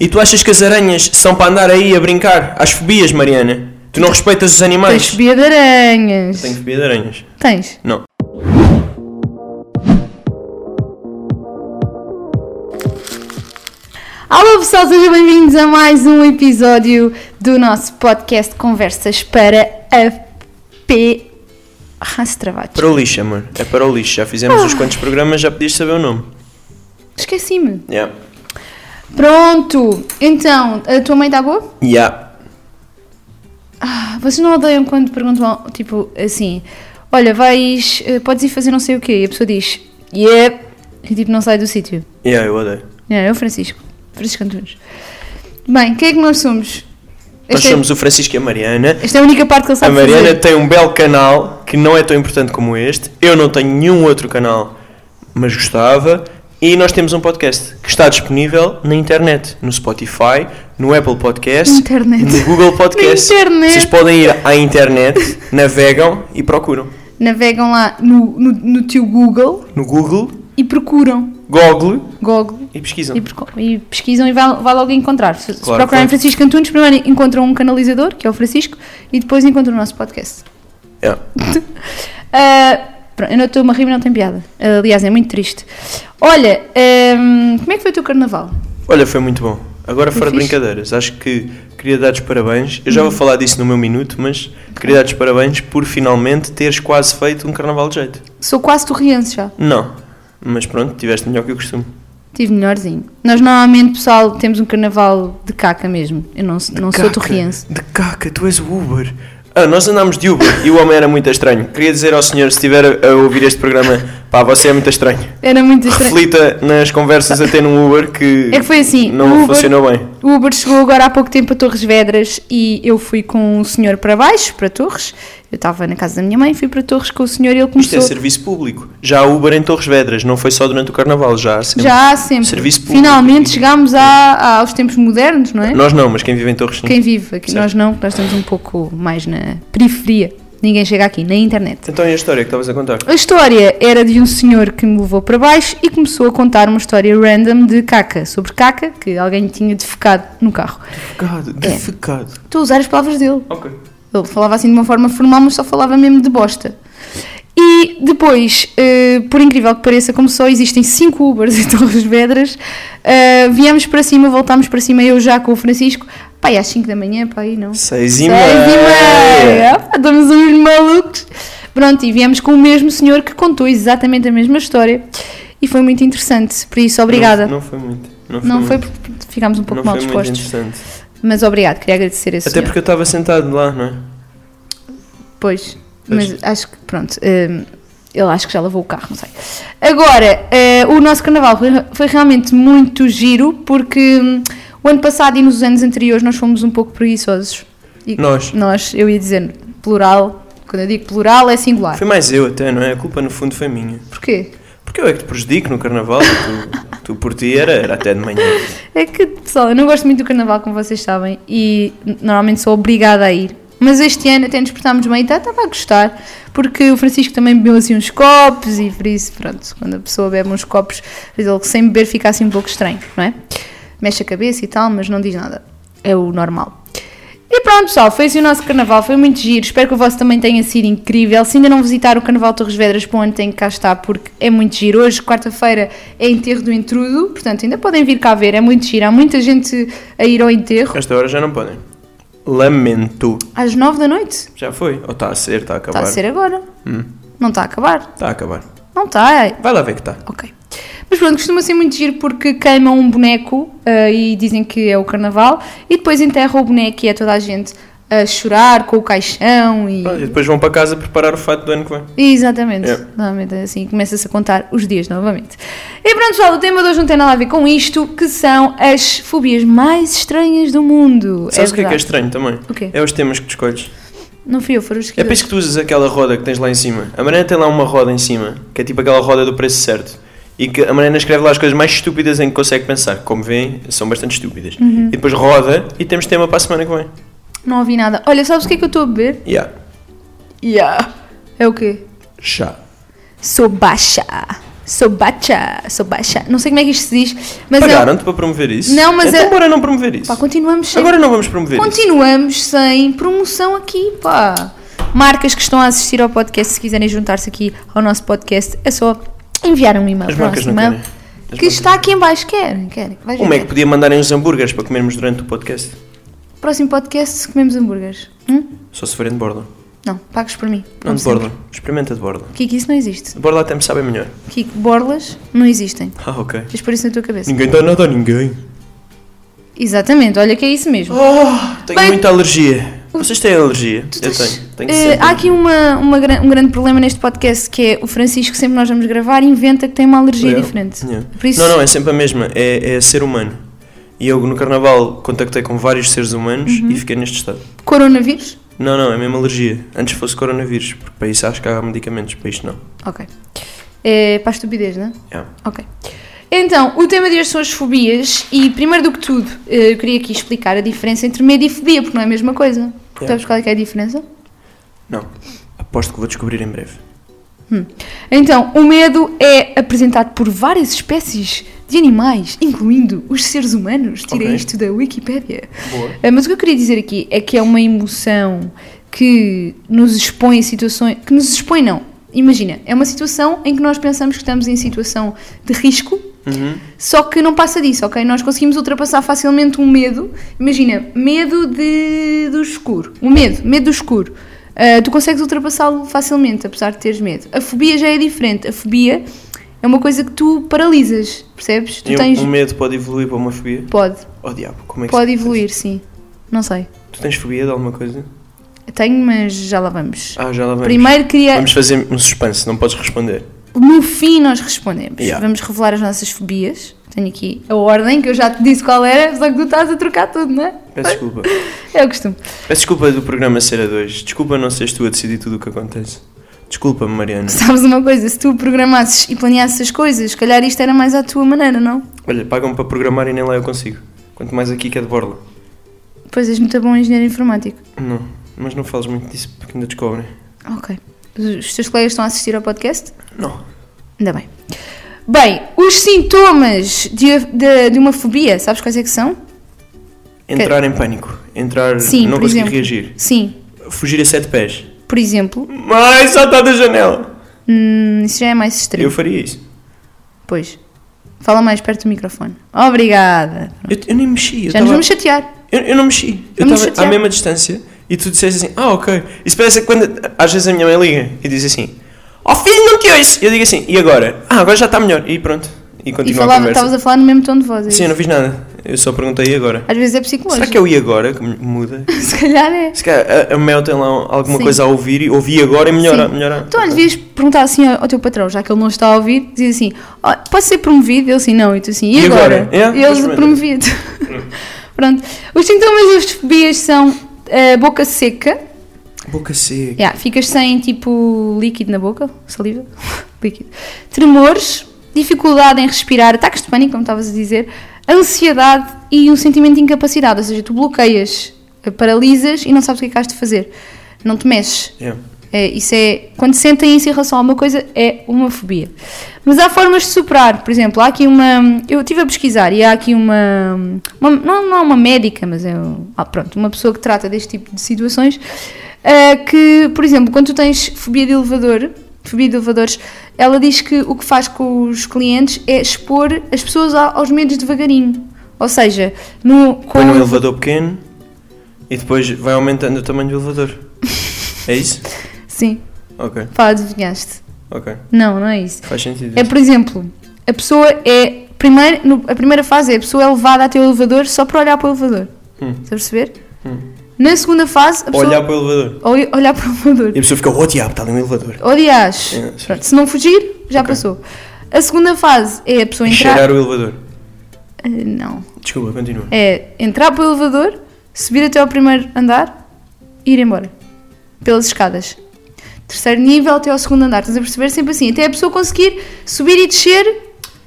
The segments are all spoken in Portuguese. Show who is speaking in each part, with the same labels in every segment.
Speaker 1: E tu achas que as aranhas são para andar aí a brincar? Às fobias, Mariana? Tu não respeitas os
Speaker 2: Tens
Speaker 1: animais?
Speaker 2: fobia de aranhas.
Speaker 1: Tenho fobia de aranhas.
Speaker 2: Tens.
Speaker 1: Não. É
Speaker 2: Alô pessoal, sejam bem-vindos a mais um episódio do nosso podcast Conversas para a P. Ah, se travados.
Speaker 1: Para o lixo, amor. É para o lixo. Já fizemos
Speaker 2: Ah.
Speaker 1: uns quantos programas, já podias saber o nome.
Speaker 2: Esqueci-me.
Speaker 1: Yeah.
Speaker 2: Pronto, então, a tua mãe está boa?
Speaker 1: Yeah.
Speaker 2: Ah, Vocês não odeiam quando perguntam, tipo, assim, olha, vais, eh, podes ir fazer não sei o quê, e a pessoa diz, yeah, e tipo, não sai do sítio.
Speaker 1: Yeah, eu odeio.
Speaker 2: É, é o Francisco. Francisco Antunes. Bem, quem é que nós somos?
Speaker 1: Nós
Speaker 2: Esta é-
Speaker 1: somos o Francisco e a Mariana.
Speaker 2: Esta é a única parte que
Speaker 1: A
Speaker 2: ele sabe
Speaker 1: Mariana
Speaker 2: fazer.
Speaker 1: tem um belo canal que não é tão importante como este. Eu não tenho nenhum outro canal, mas gostava. E nós temos um podcast que está disponível na internet, no Spotify, no Apple Podcasts,
Speaker 2: Na internet.
Speaker 1: no Google Podcasts.
Speaker 2: Na internet.
Speaker 1: Vocês podem ir à internet, navegam e procuram.
Speaker 2: Navegam lá no, no, no teu Google
Speaker 1: No Google,
Speaker 2: e procuram
Speaker 1: Google
Speaker 2: Google
Speaker 1: e pesquisam.
Speaker 2: e, perco- e pesquisam e vai, vai logo encontrar. Se, se
Speaker 1: Claro,
Speaker 2: procurarem
Speaker 1: claro.
Speaker 2: Francisco Antunes, primeiro encontram um canalizador, que é o Francisco, e depois encontram o nosso podcast.
Speaker 1: Yeah.
Speaker 2: Ah, pronto, eu não estou-me a rir, mas não tem piada. Aliás, é muito triste. Olha, ahm, como é que foi o teu carnaval?
Speaker 1: Olha, foi muito bom. Agora fora de
Speaker 2: fixe. Hum.
Speaker 1: brincadeiras, acho que queria dar-te os parabéns. Eu já vou falar disso no meu minuto, mas queria dar-te os parabéns por finalmente teres quase feito um carnaval de jeito.
Speaker 2: Sou quase torriense já.
Speaker 1: Não, mas pronto, tiveste melhor que o costume.
Speaker 2: Tive melhorzinho. Nós normalmente, pessoal, temos um carnaval de caca mesmo. Eu não, não sou torriense.
Speaker 1: De caca, tu és o Uber. Ah, nós andámos de Uber e o homem era muito estranho. Queria dizer ao senhor, se estiver a, a ouvir este programa, pá, você é muito estranho.
Speaker 2: Era muito estranho.
Speaker 1: Reflita nas conversas até no Uber que,
Speaker 2: É que foi assim,
Speaker 1: não
Speaker 2: o Uber-
Speaker 1: funcionou bem.
Speaker 2: O Uber chegou agora há pouco tempo a Torres Vedras e eu fui com o senhor para baixo, para Torres. Eu estava na casa da minha mãe, fui para Torres com o senhor e ele
Speaker 1: Isto
Speaker 2: começou.
Speaker 1: é serviço público. Já há Uber em Torres Vedras, não foi só durante o carnaval, já há sempre.
Speaker 2: Já há sempre.
Speaker 1: é um Serviço público.
Speaker 2: Finalmente chegámos à- aos tempos modernos, não é?
Speaker 1: Nós não, mas quem vive em Torres sim.
Speaker 2: Quem vive aqui,
Speaker 1: Certo.
Speaker 2: nós não, nós estamos um pouco mais na periferia. Ninguém chega aqui, na internet.
Speaker 1: Então é a história que estavas a contar?
Speaker 2: A história era de um senhor que me levou para baixo e começou a contar uma história random de caca, sobre caca que alguém tinha defecado no carro.
Speaker 1: Defecado,
Speaker 2: É.
Speaker 1: defecado.
Speaker 2: Estou a usar as palavras dele.
Speaker 1: Ok.
Speaker 2: Ele falava assim de uma forma formal, mas só falava mesmo de bosta. E depois, eh, por incrível que pareça, como só existem cinco Ubers em Torres Vedras, eh, viemos para cima, voltámos para cima, eu já com o Francisco, pá, e às 5 da manhã, pá, aí não.
Speaker 1: Seis e
Speaker 2: Seis
Speaker 1: meia.
Speaker 2: e meia. Opa, Estamos a ouvir malucos. Pronto, e viemos com o mesmo senhor que contou exatamente a mesma história. E foi muito interessante, por isso obrigada.
Speaker 1: Não, não foi muito. Não foi,
Speaker 2: Não,
Speaker 1: muito.
Speaker 2: foi porque ficámos um pouco
Speaker 1: não
Speaker 2: mal
Speaker 1: foi muito
Speaker 2: dispostos.
Speaker 1: interessante.
Speaker 2: Mas obrigado, queria agradecer a esse
Speaker 1: Até
Speaker 2: senhor.
Speaker 1: porque eu estava sentado lá, não é?
Speaker 2: Pois,
Speaker 1: Pois.
Speaker 2: mas acho que, pronto, hum, ele acho que já lavou o carro, não sei. Agora, eh, o nosso carnaval foi, foi realmente muito giro, porque hum, o ano passado e nos anos anteriores nós fomos um pouco preguiçosos. E
Speaker 1: Nós.
Speaker 2: Nós, eu ia dizer plural, quando eu digo plural é singular.
Speaker 1: Foi mais eu até, não é? A culpa no fundo foi minha.
Speaker 2: Porquê?
Speaker 1: Porque eu é que te prejudico no carnaval, tu, tu por ti era, era até de manhã.
Speaker 2: É que, pessoal, eu não gosto muito do carnaval, como vocês sabem, e normalmente sou obrigada a ir. Mas este ano até nos portámos bem e tá- estava a gostar, porque o Francisco também bebeu assim uns copos e por isso, pronto, quando a pessoa bebe uns copos, ele sem beber fica assim um pouco estranho, não é? Mexe a cabeça e tal, mas não diz nada. É o normal. E pronto, pessoal, foi assim o nosso carnaval, foi muito giro. Espero que o vosso também tenha sido incrível. Se ainda não visitar o Carnaval de Torres Vedras, para onde tem que cá estar, porque é muito giro. Hoje, quarta-feira, é enterro do entrudo, portanto, ainda podem vir cá ver, é muito giro. Há muita gente a ir ao enterro
Speaker 1: Esta hora já não podem. Lamento.
Speaker 2: às nove da noite.
Speaker 1: Já foi. Ou está a ser, está a acabar. Hum,
Speaker 2: Está a ser agora. Não está a acabar.
Speaker 1: Está a acabar.
Speaker 2: Não está,
Speaker 1: Vai lá ver que está.
Speaker 2: Ok. Mas pronto, costuma ser muito giro porque queimam um boneco ah, e dizem que é o carnaval e depois enterram o boneco e é toda a gente a chorar com o caixão e.
Speaker 1: E depois vão para casa preparar o fato do ano que vem.
Speaker 2: Exatamente,
Speaker 1: Yeah.
Speaker 2: novamente assim começa-se a contar os dias novamente. E pronto, pessoal, o tema de hoje não tem nada a ver com isto, que são as fobias mais estranhas do mundo.
Speaker 1: Sabes o que é que é
Speaker 2: verdade.
Speaker 1: estranho também?
Speaker 2: O quê?
Speaker 1: É os temas que tu escolhes.
Speaker 2: Não fui eu, foram os
Speaker 1: É
Speaker 2: que
Speaker 1: por isso que tu usas aquela roda que tens lá em cima. A Mariana tem lá uma roda em cima, que é tipo aquela roda do preço certo. E que a Mariana escreve lá as coisas mais estúpidas em que consegue pensar. Como veem, são bastante estúpidas.
Speaker 2: Uhum.
Speaker 1: E depois roda e temos tema para a semana que vem.
Speaker 2: Não ouvi nada. Olha, sabes o que é que eu estou a beber?
Speaker 1: Yeah.
Speaker 2: Yeah. É o quê?
Speaker 1: Já.
Speaker 2: Sou baixa. Sobacha, Sobacha, não sei como é que isto se diz, mas é-
Speaker 1: Pagaram-te para promover isso?
Speaker 2: Não, mas
Speaker 1: então
Speaker 2: é-
Speaker 1: bora não promover isso.
Speaker 2: Pá, continuamos sem,
Speaker 1: Agora não vamos promover isso.
Speaker 2: continuamos sem promoção aqui, pá. Marcas que estão a assistir ao podcast, se quiserem juntar-se aqui ao nosso podcast, é só enviar um e-mail
Speaker 1: As
Speaker 2: para o
Speaker 1: marcas
Speaker 2: nosso
Speaker 1: não
Speaker 2: e-mail.
Speaker 1: querem. As
Speaker 2: Que
Speaker 1: marcas é
Speaker 2: está aqui em baixo, querem, querem. Vai
Speaker 1: O
Speaker 2: ver.
Speaker 1: Mac podia mandarem uns hambúrgueres para comermos durante o podcast.
Speaker 2: Próximo podcast, comemos hambúrgueres. Hum?
Speaker 1: Só se forem de borda.
Speaker 2: Não, pagas por mim.
Speaker 1: Não
Speaker 2: como
Speaker 1: de
Speaker 2: sempre.
Speaker 1: borda. Experimenta de borda.
Speaker 2: Kiko, isso não existe.
Speaker 1: De borda até me sabem melhor.
Speaker 2: Kiko, borlas não existem.
Speaker 1: Ah, ok.
Speaker 2: Tens por isso na tua cabeça.
Speaker 1: Ninguém dá nada a ninguém.
Speaker 2: Exatamente, olha que é isso mesmo.
Speaker 1: Oh, tenho
Speaker 2: Bem-
Speaker 1: muita alergia. Vocês têm alergia?
Speaker 2: Tu
Speaker 1: Eu
Speaker 2: tens-
Speaker 1: tenho. Tenho
Speaker 2: Eh,
Speaker 1: sempre.
Speaker 2: há aqui uma, uma gran- um grande problema neste podcast que é o Francisco, sempre que nós vamos gravar, inventa que tem uma alergia
Speaker 1: Eu?
Speaker 2: diferente.
Speaker 1: Yeah.
Speaker 2: Por isso,
Speaker 1: é? Não, não, é sempre a mesma. É, é ser humano. E eu no carnaval contactei com vários seres humanos
Speaker 2: Uhum.
Speaker 1: e fiquei neste estado.
Speaker 2: coronavírus?
Speaker 1: Não, não, é mesmo alergia. Antes fosse coronavírus, porque para isso acho que há medicamentos, para isto não.
Speaker 2: Ok. É para a estupidez, não é?
Speaker 1: Yeah.
Speaker 2: Ok. Então, o tema de hoje são as fobias e, primeiro do que tudo, eh, eu queria aqui explicar a diferença entre medo e fobia, porque não é a mesma coisa.
Speaker 1: Yeah.
Speaker 2: Sabes qual é, que é a diferença?
Speaker 1: Não. Aposto que vou descobrir em breve.
Speaker 2: Então, o medo é apresentado por várias espécies de animais, incluindo os seres humanos. Tirei
Speaker 1: Ok.
Speaker 2: isto da Wikipédia.
Speaker 1: Boa.
Speaker 2: Ah, Mas o que eu queria dizer aqui é que é uma emoção que nos expõe a situações. que nos expõe, não. Imagina, é uma situação em que nós pensamos que estamos em situação de risco,
Speaker 1: Uhum.
Speaker 2: só que não passa disso, ok? Nós conseguimos ultrapassar facilmente um medo. Imagina, medo de, do escuro. O medo, medo do escuro. Ah, tu consegues ultrapassá-lo facilmente, apesar de teres medo. A fobia já é diferente. A fobia é uma coisa que tu paralisas, percebes? Tu
Speaker 1: E um-
Speaker 2: tens.
Speaker 1: um medo pode evoluir para uma fobia?
Speaker 2: Pode,
Speaker 1: Oh diabo, como é que
Speaker 2: pode
Speaker 1: se-
Speaker 2: evoluir, sim. Não sei.
Speaker 1: Tu tens fobia de alguma coisa?
Speaker 2: Tenho, mas já lá vamos.
Speaker 1: Ah, já lá vamos.
Speaker 2: Primeiro é- queria.
Speaker 1: Vamos fazer um suspense, não podes responder.
Speaker 2: No fim nós respondemos.
Speaker 1: Yeah.
Speaker 2: Vamos revelar as nossas fobias. Tenho aqui a ordem que eu já te disse qual era, só que tu estás a trocar tudo, não é?
Speaker 1: Peço desculpa.
Speaker 2: É o costume.
Speaker 1: Peço desculpa do programa ser a dois. Desculpa não seres tu a decidir tudo o que acontece. Desculpa-me, Mariana.
Speaker 2: Sabes uma coisa, se tu programasses e planeasses as coisas, se calhar isto era mais à tua maneira, não?
Speaker 1: Olha, pagam-me para programar e nem lá eu consigo. Quanto mais aqui que é de borla.
Speaker 2: Pois és muito bom engenheiro informático.
Speaker 1: Não, mas não fales muito disso porque ainda descobrem.
Speaker 2: Ok. Os teus colegas estão a assistir ao podcast?
Speaker 1: Não.
Speaker 2: Ainda bem. Bem, os sintomas de, de, de uma fobia, sabes quais é que são?
Speaker 1: Entrar em pânico. Entrar,
Speaker 2: Sim,
Speaker 1: não
Speaker 2: por
Speaker 1: conseguir
Speaker 2: exemplo.
Speaker 1: reagir.
Speaker 2: Sim,
Speaker 1: Fugir a sete pés.
Speaker 2: por exemplo.
Speaker 1: Mas saltar da janela.
Speaker 2: Hum, isso já é mais extremo.
Speaker 1: Eu faria isso.
Speaker 2: Pois. Fala mais perto do microfone. Obrigada.
Speaker 1: Eu, eu nem mexi. Eu,
Speaker 2: Já nos
Speaker 1: tava-
Speaker 2: vamos chatear.
Speaker 1: eu, eu não mexi. Eu
Speaker 2: Vamos
Speaker 1: estava à
Speaker 2: chatear.
Speaker 1: mesma distância e tu disseste assim, ah ok. Isso parece que quando às vezes a minha mãe liga e diz assim, oh filho não te ouço. E eu digo assim, e agora? Ah, agora já está melhor. E pronto. E
Speaker 2: E
Speaker 1: continua a
Speaker 2: falava- estavas
Speaker 1: conversa.
Speaker 2: a falar no mesmo tom de voz. é
Speaker 1: Sim, eu
Speaker 2: isso?
Speaker 1: não fiz nada. Eu só perguntei e agora.
Speaker 2: Às vezes é
Speaker 1: Será
Speaker 2: psicológico.
Speaker 1: que é o e agora que me- muda?
Speaker 2: Se calhar é.
Speaker 1: Se calhar a, a Mel tem lá alguma
Speaker 2: Sim.
Speaker 1: coisa a ouvir e ouvi agora e melhora.
Speaker 2: Sim.
Speaker 1: melhora.
Speaker 2: Então, olha, devias perguntar assim ao, ao teu patrão, já que ele não está a ouvir, dizia assim: "Ó, pode ser promovido? Ele assim, não, e tu assim, e,
Speaker 1: E agora?
Speaker 2: agora?
Speaker 1: É,
Speaker 2: E ele
Speaker 1: exatamente.
Speaker 2: promovido. Pronto. Os sintomas das fobias são eh, boca seca, é-
Speaker 1: Boca seca.
Speaker 2: yeah, ficas sem tipo líquido na boca, saliva, líquido, tremores, dificuldade em respirar, ataques de pânico, como estavas a dizer, ansiedade e um sentimento de incapacidade, ou seja, tu bloqueias, eh, paralisas e não sabes o que é que has de fazer, não te mexes.
Speaker 1: Yeah.
Speaker 2: É, isso é, quando sentem isso em relação a uma coisa, é uma fobia. Mas há formas de superar, por exemplo, há aqui uma. Eu estive a pesquisar e há aqui uma. uma- não, não é uma médica, mas é. um- ah, pronto, uma pessoa que trata deste tipo de situações. eh, que, por exemplo, quando tu tens fobia de elevador, fobia de elevadores, ela diz que o que faz com os clientes é expor as pessoas a- aos medos devagarinho. Ou seja, no, com
Speaker 1: Põe num
Speaker 2: o-
Speaker 1: elevador pequeno e depois vai aumentando o tamanho do elevador. é isso?
Speaker 2: Sim,
Speaker 1: Ok,
Speaker 2: pá, adivinhaste.
Speaker 1: ok.
Speaker 2: Não, não é isso.
Speaker 1: Faz sentido.
Speaker 2: É,
Speaker 1: isso.
Speaker 2: por exemplo, a pessoa é. Primeiro, no- a primeira fase é a pessoa é levada até o elevador só para olhar para o elevador.
Speaker 1: Hum.
Speaker 2: Estás a perceber?
Speaker 1: Hum.
Speaker 2: Na segunda fase, a pessoa.
Speaker 1: Olhar para o elevador.
Speaker 2: Olhe- olhar para o elevador.
Speaker 1: E a pessoa fica, oh diabo, está ali um elevador.
Speaker 2: Odias.
Speaker 1: É, certo.
Speaker 2: Pronto, se não fugir, já
Speaker 1: Ok.
Speaker 2: passou. A segunda fase é a pessoa entrar.
Speaker 1: Cheirar o elevador.
Speaker 2: Ah, Não.
Speaker 1: Desculpa, continua.
Speaker 2: É entrar para o elevador, subir até ao primeiro andar e ir embora. Pelas escadas. Terceiro nível até ao segundo andar. Estás a perceber? Sempre assim. Até a pessoa conseguir subir e descer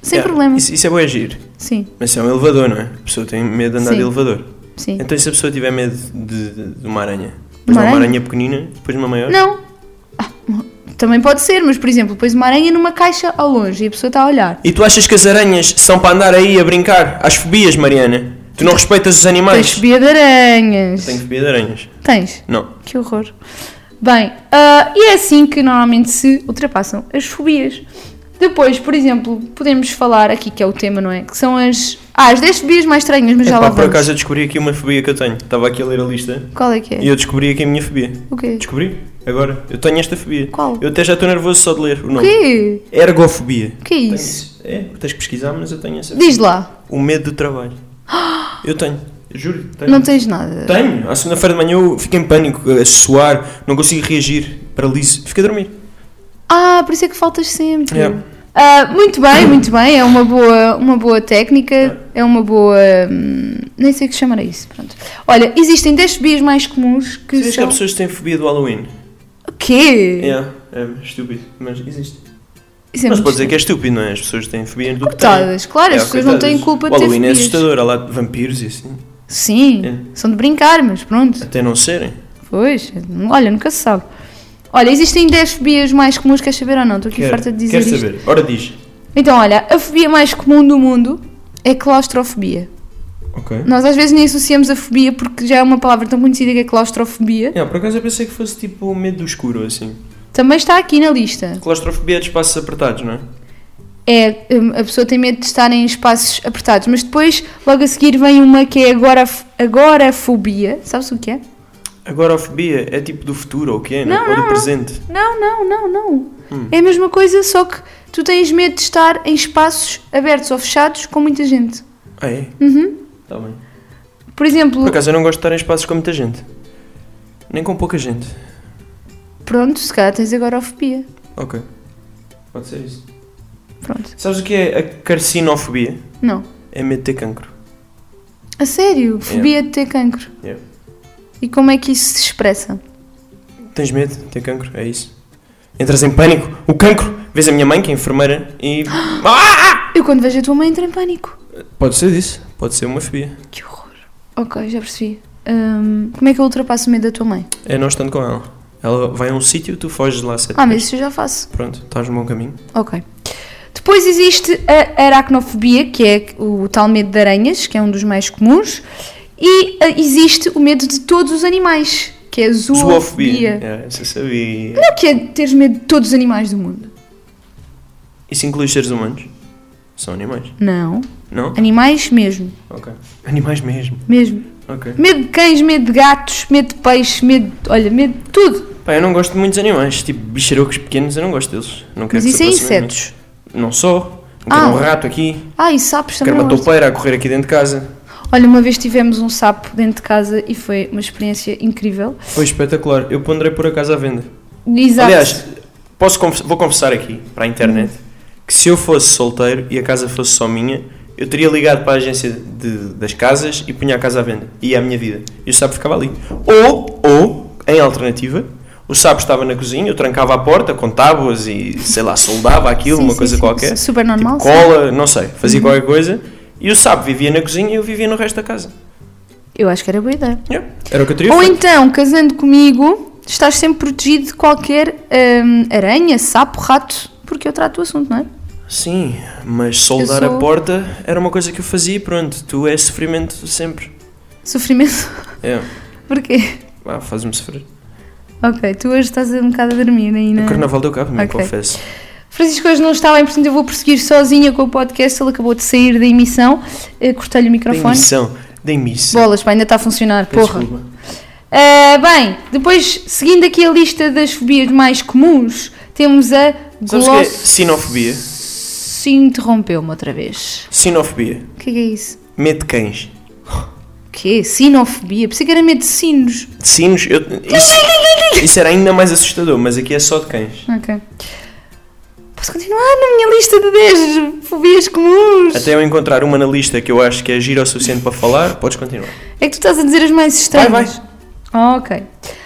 Speaker 2: sem
Speaker 1: Yeah,
Speaker 2: problema.
Speaker 1: Isso, isso é bom agir.
Speaker 2: Sim,
Speaker 1: Mas isso é um elevador, não é? A pessoa tem medo de andar
Speaker 2: Sim.
Speaker 1: de elevador.
Speaker 2: sim.
Speaker 1: Então e se a pessoa tiver medo de, de- de uma aranha? Depois uma,
Speaker 2: Uma
Speaker 1: uma
Speaker 2: aranha?
Speaker 1: aranha pequenina, depois uma maior?
Speaker 2: Não. Ah, Também pode ser, mas por exemplo, pões uma aranha numa caixa ao longe e a pessoa está a olhar.
Speaker 1: E tu achas que as aranhas são para andar aí a brincar? Às fobias, Mariana. Tu não respeitas os
Speaker 2: Tens
Speaker 1: animais.
Speaker 2: fobia de aranhas.
Speaker 1: Tenho fobia de aranhas.
Speaker 2: Tens.
Speaker 1: Não.
Speaker 2: Que horror. Bem, ah, e é assim que normalmente se ultrapassam as fobias. Depois, por exemplo, podemos falar aqui que é o tema, não é? Que são as. Ah, as 10 fobias mais estranhas, mas já
Speaker 1: Epá,
Speaker 2: lá
Speaker 1: por
Speaker 2: vamos.
Speaker 1: acaso eu descobri aqui uma fobia que eu tenho. Estava aqui a ler a lista
Speaker 2: Qual é que é?
Speaker 1: e eu descobri aqui a minha fobia.
Speaker 2: O quê?
Speaker 1: Descobri? Agora. Eu tenho esta fobia.
Speaker 2: Qual?
Speaker 1: Eu até já estou nervoso só de ler o
Speaker 2: O
Speaker 1: nome.
Speaker 2: quê?
Speaker 1: Ergofobia.
Speaker 2: O que é
Speaker 1: Tenho
Speaker 2: isso?
Speaker 1: esse- É, tens que pesquisar, mas eu tenho essa.
Speaker 2: Diz lá.
Speaker 1: O medo do trabalho. Eu tenho. Eu juro. Tenho.
Speaker 2: Não tens nada.
Speaker 1: Tenho. À segunda-feira de manhã eu fico em pânico, a suar, não consigo reagir, paraliso. Fico a dormir.
Speaker 2: Ah, por isso é que faltas sempre.
Speaker 1: Yeah.
Speaker 2: Ah, muito bem, muito bem. É uma boa, uma boa técnica. É uma boa. hum, nem sei o que chamar a isso. Pronto. Olha, existem 10 fobias mais comuns que
Speaker 1: Sabias que há
Speaker 2: são.
Speaker 1: pessoas que têm fobia do Halloween?
Speaker 2: O quê?
Speaker 1: é Yeah, é estúpido, mas existe.
Speaker 2: Isso é
Speaker 1: mas
Speaker 2: muito
Speaker 1: pode dizer que é estúpido, não é? As pessoas têm fobia do que têm.
Speaker 2: Coitadas, claro, as
Speaker 1: É,
Speaker 2: pessoas não
Speaker 1: coitadas.
Speaker 2: têm culpa
Speaker 1: O
Speaker 2: de ter
Speaker 1: Halloween é
Speaker 2: fobias.
Speaker 1: assustador, há lá vampiros e assim.
Speaker 2: Sim,
Speaker 1: É.
Speaker 2: são de brincar, mas pronto.
Speaker 1: Até não serem.
Speaker 2: Pois, olha, nunca se sabe. Olha, existem 10 fobias mais comuns, queres saber ou não? Estou aqui
Speaker 1: Quero-
Speaker 2: farta de dizer
Speaker 1: quero
Speaker 2: isto.
Speaker 1: saber. Ora diz.
Speaker 2: Então, olha, a fobia mais comum do mundo é claustrofobia.
Speaker 1: Ok.
Speaker 2: Nós às vezes nem associamos a fobia porque já é uma palavra tão conhecida que é claustrofobia.
Speaker 1: Yeah, por acaso eu pensei que fosse tipo o medo do escuro, assim.
Speaker 2: Também está aqui na lista.
Speaker 1: Claustrofobia é de espaços apertados, não é?
Speaker 2: É, hum, a pessoa tem medo de estar em espaços apertados, mas depois, logo a seguir, vem uma que é agora, agorafobia. Sabes o que é?
Speaker 1: Agorafobia é tipo do futuro ou o que é,
Speaker 2: Não,
Speaker 1: Ou
Speaker 2: não,
Speaker 1: do
Speaker 2: não.
Speaker 1: presente.
Speaker 2: Não, não, não, não. É a mesma coisa, só que tu tens medo de estar em espaços abertos ou fechados com muita gente.
Speaker 1: Ah, é?
Speaker 2: Uhum.
Speaker 1: Tá bem.
Speaker 2: Por exemplo,
Speaker 1: Por acaso eu não gosto de estar em espaços com muita gente. Nem com pouca gente.
Speaker 2: pronto, se calhar tens agorafobia.
Speaker 1: Ok. Pode ser isso.
Speaker 2: Pronto.
Speaker 1: Sabes o que é a carcinofobia?
Speaker 2: Não.
Speaker 1: É medo de ter cancro.
Speaker 2: A sério, fobia de ter cancro.
Speaker 1: Yeah.
Speaker 2: E como é que isso se expressa?
Speaker 1: Tens medo de ter cancro? É isso. Entras em pânico. O cancro. Vês a minha mãe, que é enfermeira, e... Ah!
Speaker 2: Eu quando vejo a tua mãe entro em pânico.
Speaker 1: Pode ser disso. Pode ser uma fobia.
Speaker 2: Que horror. Ok, já percebi. Hum, como é que eu ultrapasso o medo da tua mãe?
Speaker 1: É não estando com ela. Ela vai a um sítio, tu foges de lá sete
Speaker 2: Ah, mas
Speaker 1: vezes.
Speaker 2: isso eu já faço.
Speaker 1: Pronto, estás no bom caminho.
Speaker 2: Ok. Depois existe a aracnofobia, que é o tal medo de aranhas, que é um dos mais comuns. E ah, existe o medo de todos os animais, que é a zoofobia.
Speaker 1: É, essa eu sabia.
Speaker 2: Não é que é teres medo de todos os animais do mundo?
Speaker 1: Isso inclui os seres humanos? São animais.
Speaker 2: Não.
Speaker 1: Não?
Speaker 2: Animais mesmo.
Speaker 1: Ok. Animais mesmo.
Speaker 2: Mesmo.
Speaker 1: Ok.
Speaker 2: Medo de cães, medo de gatos, medo de peixes, medo. de- Olha, medo de tudo.
Speaker 1: Pá, eu não gosto de muitos animais. Tipo, bicharocos pequenos, eu não gosto deles. Não quero
Speaker 2: Mas
Speaker 1: que
Speaker 2: isso
Speaker 1: se
Speaker 2: é
Speaker 1: aproximem a mim.
Speaker 2: insetos.
Speaker 1: Não só. Não quero
Speaker 2: Ah.
Speaker 1: um rato aqui.
Speaker 2: Ah, e sapos também.
Speaker 1: Quero uma
Speaker 2: não gosto.
Speaker 1: toupeira a correr aqui dentro de casa.
Speaker 2: Olha, uma vez tivemos um sapo dentro de casa e foi uma experiência incrível.
Speaker 1: Foi espetacular. Eu ponderei por acaso à venda.
Speaker 2: Exato.
Speaker 1: Aliás, posso conf- vou confessar aqui para a internet que se eu fosse solteiro e a casa fosse só minha, eu teria ligado para a agência de- das casas e punha a casa à venda. E é a minha vida. E o sapo ficava ali. Ou, ou, em alternativa, o sapo estava na cozinha, eu trancava a porta com tábuas e, sei lá, soldava aquilo,
Speaker 2: Sim,
Speaker 1: uma
Speaker 2: sim,
Speaker 1: coisa
Speaker 2: sim.
Speaker 1: qualquer.
Speaker 2: Super normal.
Speaker 1: tipo
Speaker 2: sim. Uhum.
Speaker 1: cola, não sei, fazia qualquer coisa. E o sapo vivia na cozinha e eu vivia no resto da casa.
Speaker 2: Eu acho que era boa ideia.
Speaker 1: Yeah, Era o que eu teria
Speaker 2: Ou
Speaker 1: feito.
Speaker 2: então, casando comigo, estás sempre protegido de qualquer hum, aranha, sapo, rato, porque eu trato o assunto, não é?
Speaker 1: Sim, mas soldar
Speaker 2: sou-
Speaker 1: a porta era uma coisa que eu fazia e pronto, tu és sofrimento sempre.
Speaker 2: Sofrimento.
Speaker 1: É,
Speaker 2: Porquê?
Speaker 1: ah, faz-me sofrer.
Speaker 2: Ok, tu hoje estás um bocado a dormir ainda.
Speaker 1: O carnaval deu cabo, me
Speaker 2: Ok.
Speaker 1: confesso.
Speaker 2: Francisco hoje não está bem, portanto eu vou prosseguir sozinha com o podcast. Ele acabou de sair da emissão. Eh, Cortei-lhe o
Speaker 1: Dei
Speaker 2: microfone.
Speaker 1: missão, dei missão.
Speaker 2: Bolas, pá, ainda está a funcionar,
Speaker 1: Peço
Speaker 2: porra.
Speaker 1: desculpa.
Speaker 2: Ah, bem, depois, seguindo aqui a lista das fobias mais comuns, temos a
Speaker 1: Sabes o que é
Speaker 2: gloss...
Speaker 1: sinofobia?
Speaker 2: Se interrompeu-me outra vez.
Speaker 1: Sinofobia,
Speaker 2: O que é, que é isso?
Speaker 1: medo de cães.
Speaker 2: O quê? Sinofobia? Pensei que era medo de sinos.
Speaker 1: De sinos, eu, isso, isso era ainda mais assustador, mas aqui é só de cães.
Speaker 2: Ok. Posso continuar na minha lista de 10 fobias comuns?
Speaker 1: Até eu encontrar uma na lista que eu acho que é gira o suficiente para falar, podes continuar.
Speaker 2: É que tu estás a dizer as mais estranhas.
Speaker 1: Vai, vai.
Speaker 2: Ah, ok.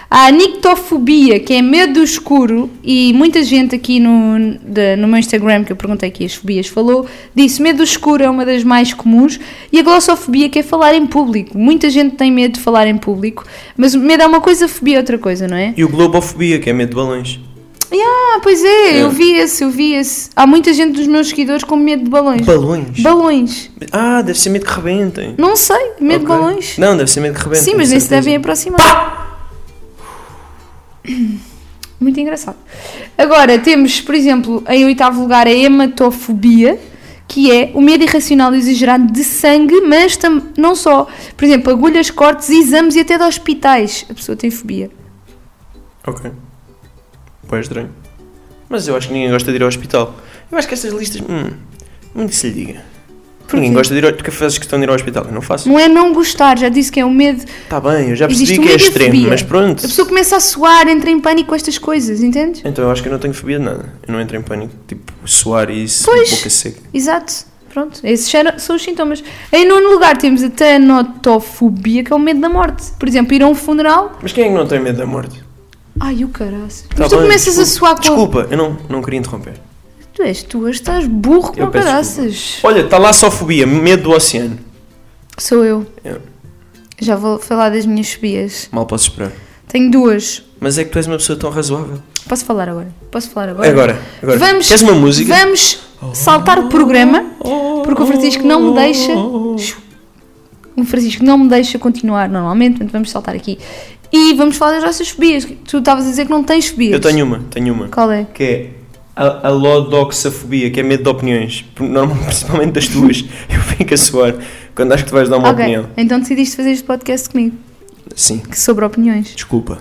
Speaker 2: Há a nictofobia, que é medo do escuro, e muita gente aqui no, da- no meu Instagram, que eu perguntei aqui as fobias, falou, disse medo do escuro é uma das mais comuns, e a glossofobia, que é falar em público. Muita gente tem medo de falar em público, mas o medo é uma coisa, a fobia é outra coisa, não é?
Speaker 1: E o globofobia, que é medo de balões.
Speaker 2: Ah, pois é, eu vi esse, eu vi esse. Há muita gente dos meus seguidores com medo de balões.
Speaker 1: Balões?
Speaker 2: balões.
Speaker 1: Ah, deve ser medo que rebentem.
Speaker 2: Não sei,
Speaker 1: Ok.
Speaker 2: medo de balões.
Speaker 1: Não, deve ser medo que rebentem. é
Speaker 2: Sim, mas nem se
Speaker 1: certeza.
Speaker 2: devem aproximar. Muito engraçado. Agora, temos, por exemplo, em oitavo lugar a hematofobia, que é o medo irracional e exagerado de sangue, mas tam- não só. Por exemplo, agulhas, cortes, exames e até de hospitais. A pessoa tem fobia.
Speaker 1: Ok. Pois estranho. Mas eu acho que ninguém gosta de ir ao hospital. Eu acho que estas listas. Hum, muito se lhe diga. Ninguém gosta de ir ao. Tu que fazes questão de ir ao hospital? Eu não faço.
Speaker 2: Não é não gostar, já disse que é o medo.
Speaker 1: Está bem, eu já
Speaker 2: Existe
Speaker 1: percebi que é
Speaker 2: uma
Speaker 1: extremo,
Speaker 2: ideofobia.
Speaker 1: mas pronto.
Speaker 2: A pessoa começa a suar, entra em pânico com estas coisas, entendes?
Speaker 1: Então eu acho que eu não tenho fobia de nada. Eu não entro em pânico. Tipo, suar e isso,
Speaker 2: Pois.
Speaker 1: boca seca.
Speaker 2: Exato. Pronto, esses eram- são os sintomas. Em nono lugar temos a tanotofobia, que é o medo da morte. Por exemplo, ir a um funeral
Speaker 1: Mas quem é que não tem medo da morte?
Speaker 2: Ai, o caraças.
Speaker 1: Tá
Speaker 2: Mas tu
Speaker 1: bem,
Speaker 2: começas a
Speaker 1: desculpa.
Speaker 2: suar com.
Speaker 1: Desculpa, eu não, não queria interromper.
Speaker 2: Tu és tu, hoje estás burro
Speaker 1: Eu
Speaker 2: com
Speaker 1: peço
Speaker 2: caraças.
Speaker 1: Olha, está lá só fobia, medo do oceano.
Speaker 2: Sou eu.
Speaker 1: Eu
Speaker 2: Já vou falar das minhas fobias.
Speaker 1: mal posso esperar.
Speaker 2: Tenho duas.
Speaker 1: Mas é que tu és uma pessoa tão razoável.
Speaker 2: Posso falar agora? Posso falar agora?
Speaker 1: Agora, agora.
Speaker 2: Vamos,
Speaker 1: Queres uma música? Oh,
Speaker 2: Vamos saltar o programa porque o Francisco não me deixa. O Francisco não me deixa continuar normalmente, portanto vamos saltar aqui. E vamos falar das nossas fobias. Tu estavas a dizer que não tens fobias.
Speaker 1: Eu tenho uma, tenho uma.
Speaker 2: Qual é?
Speaker 1: Que é a, a lodoxafobia, que é medo de opiniões. Normalmente, principalmente das tuas. Eu fico a suar quando acho que tu vais dar uma
Speaker 2: ok,
Speaker 1: opinião.
Speaker 2: então decidiste fazer este podcast comigo
Speaker 1: Sim,
Speaker 2: que sobre opiniões.
Speaker 1: desculpa.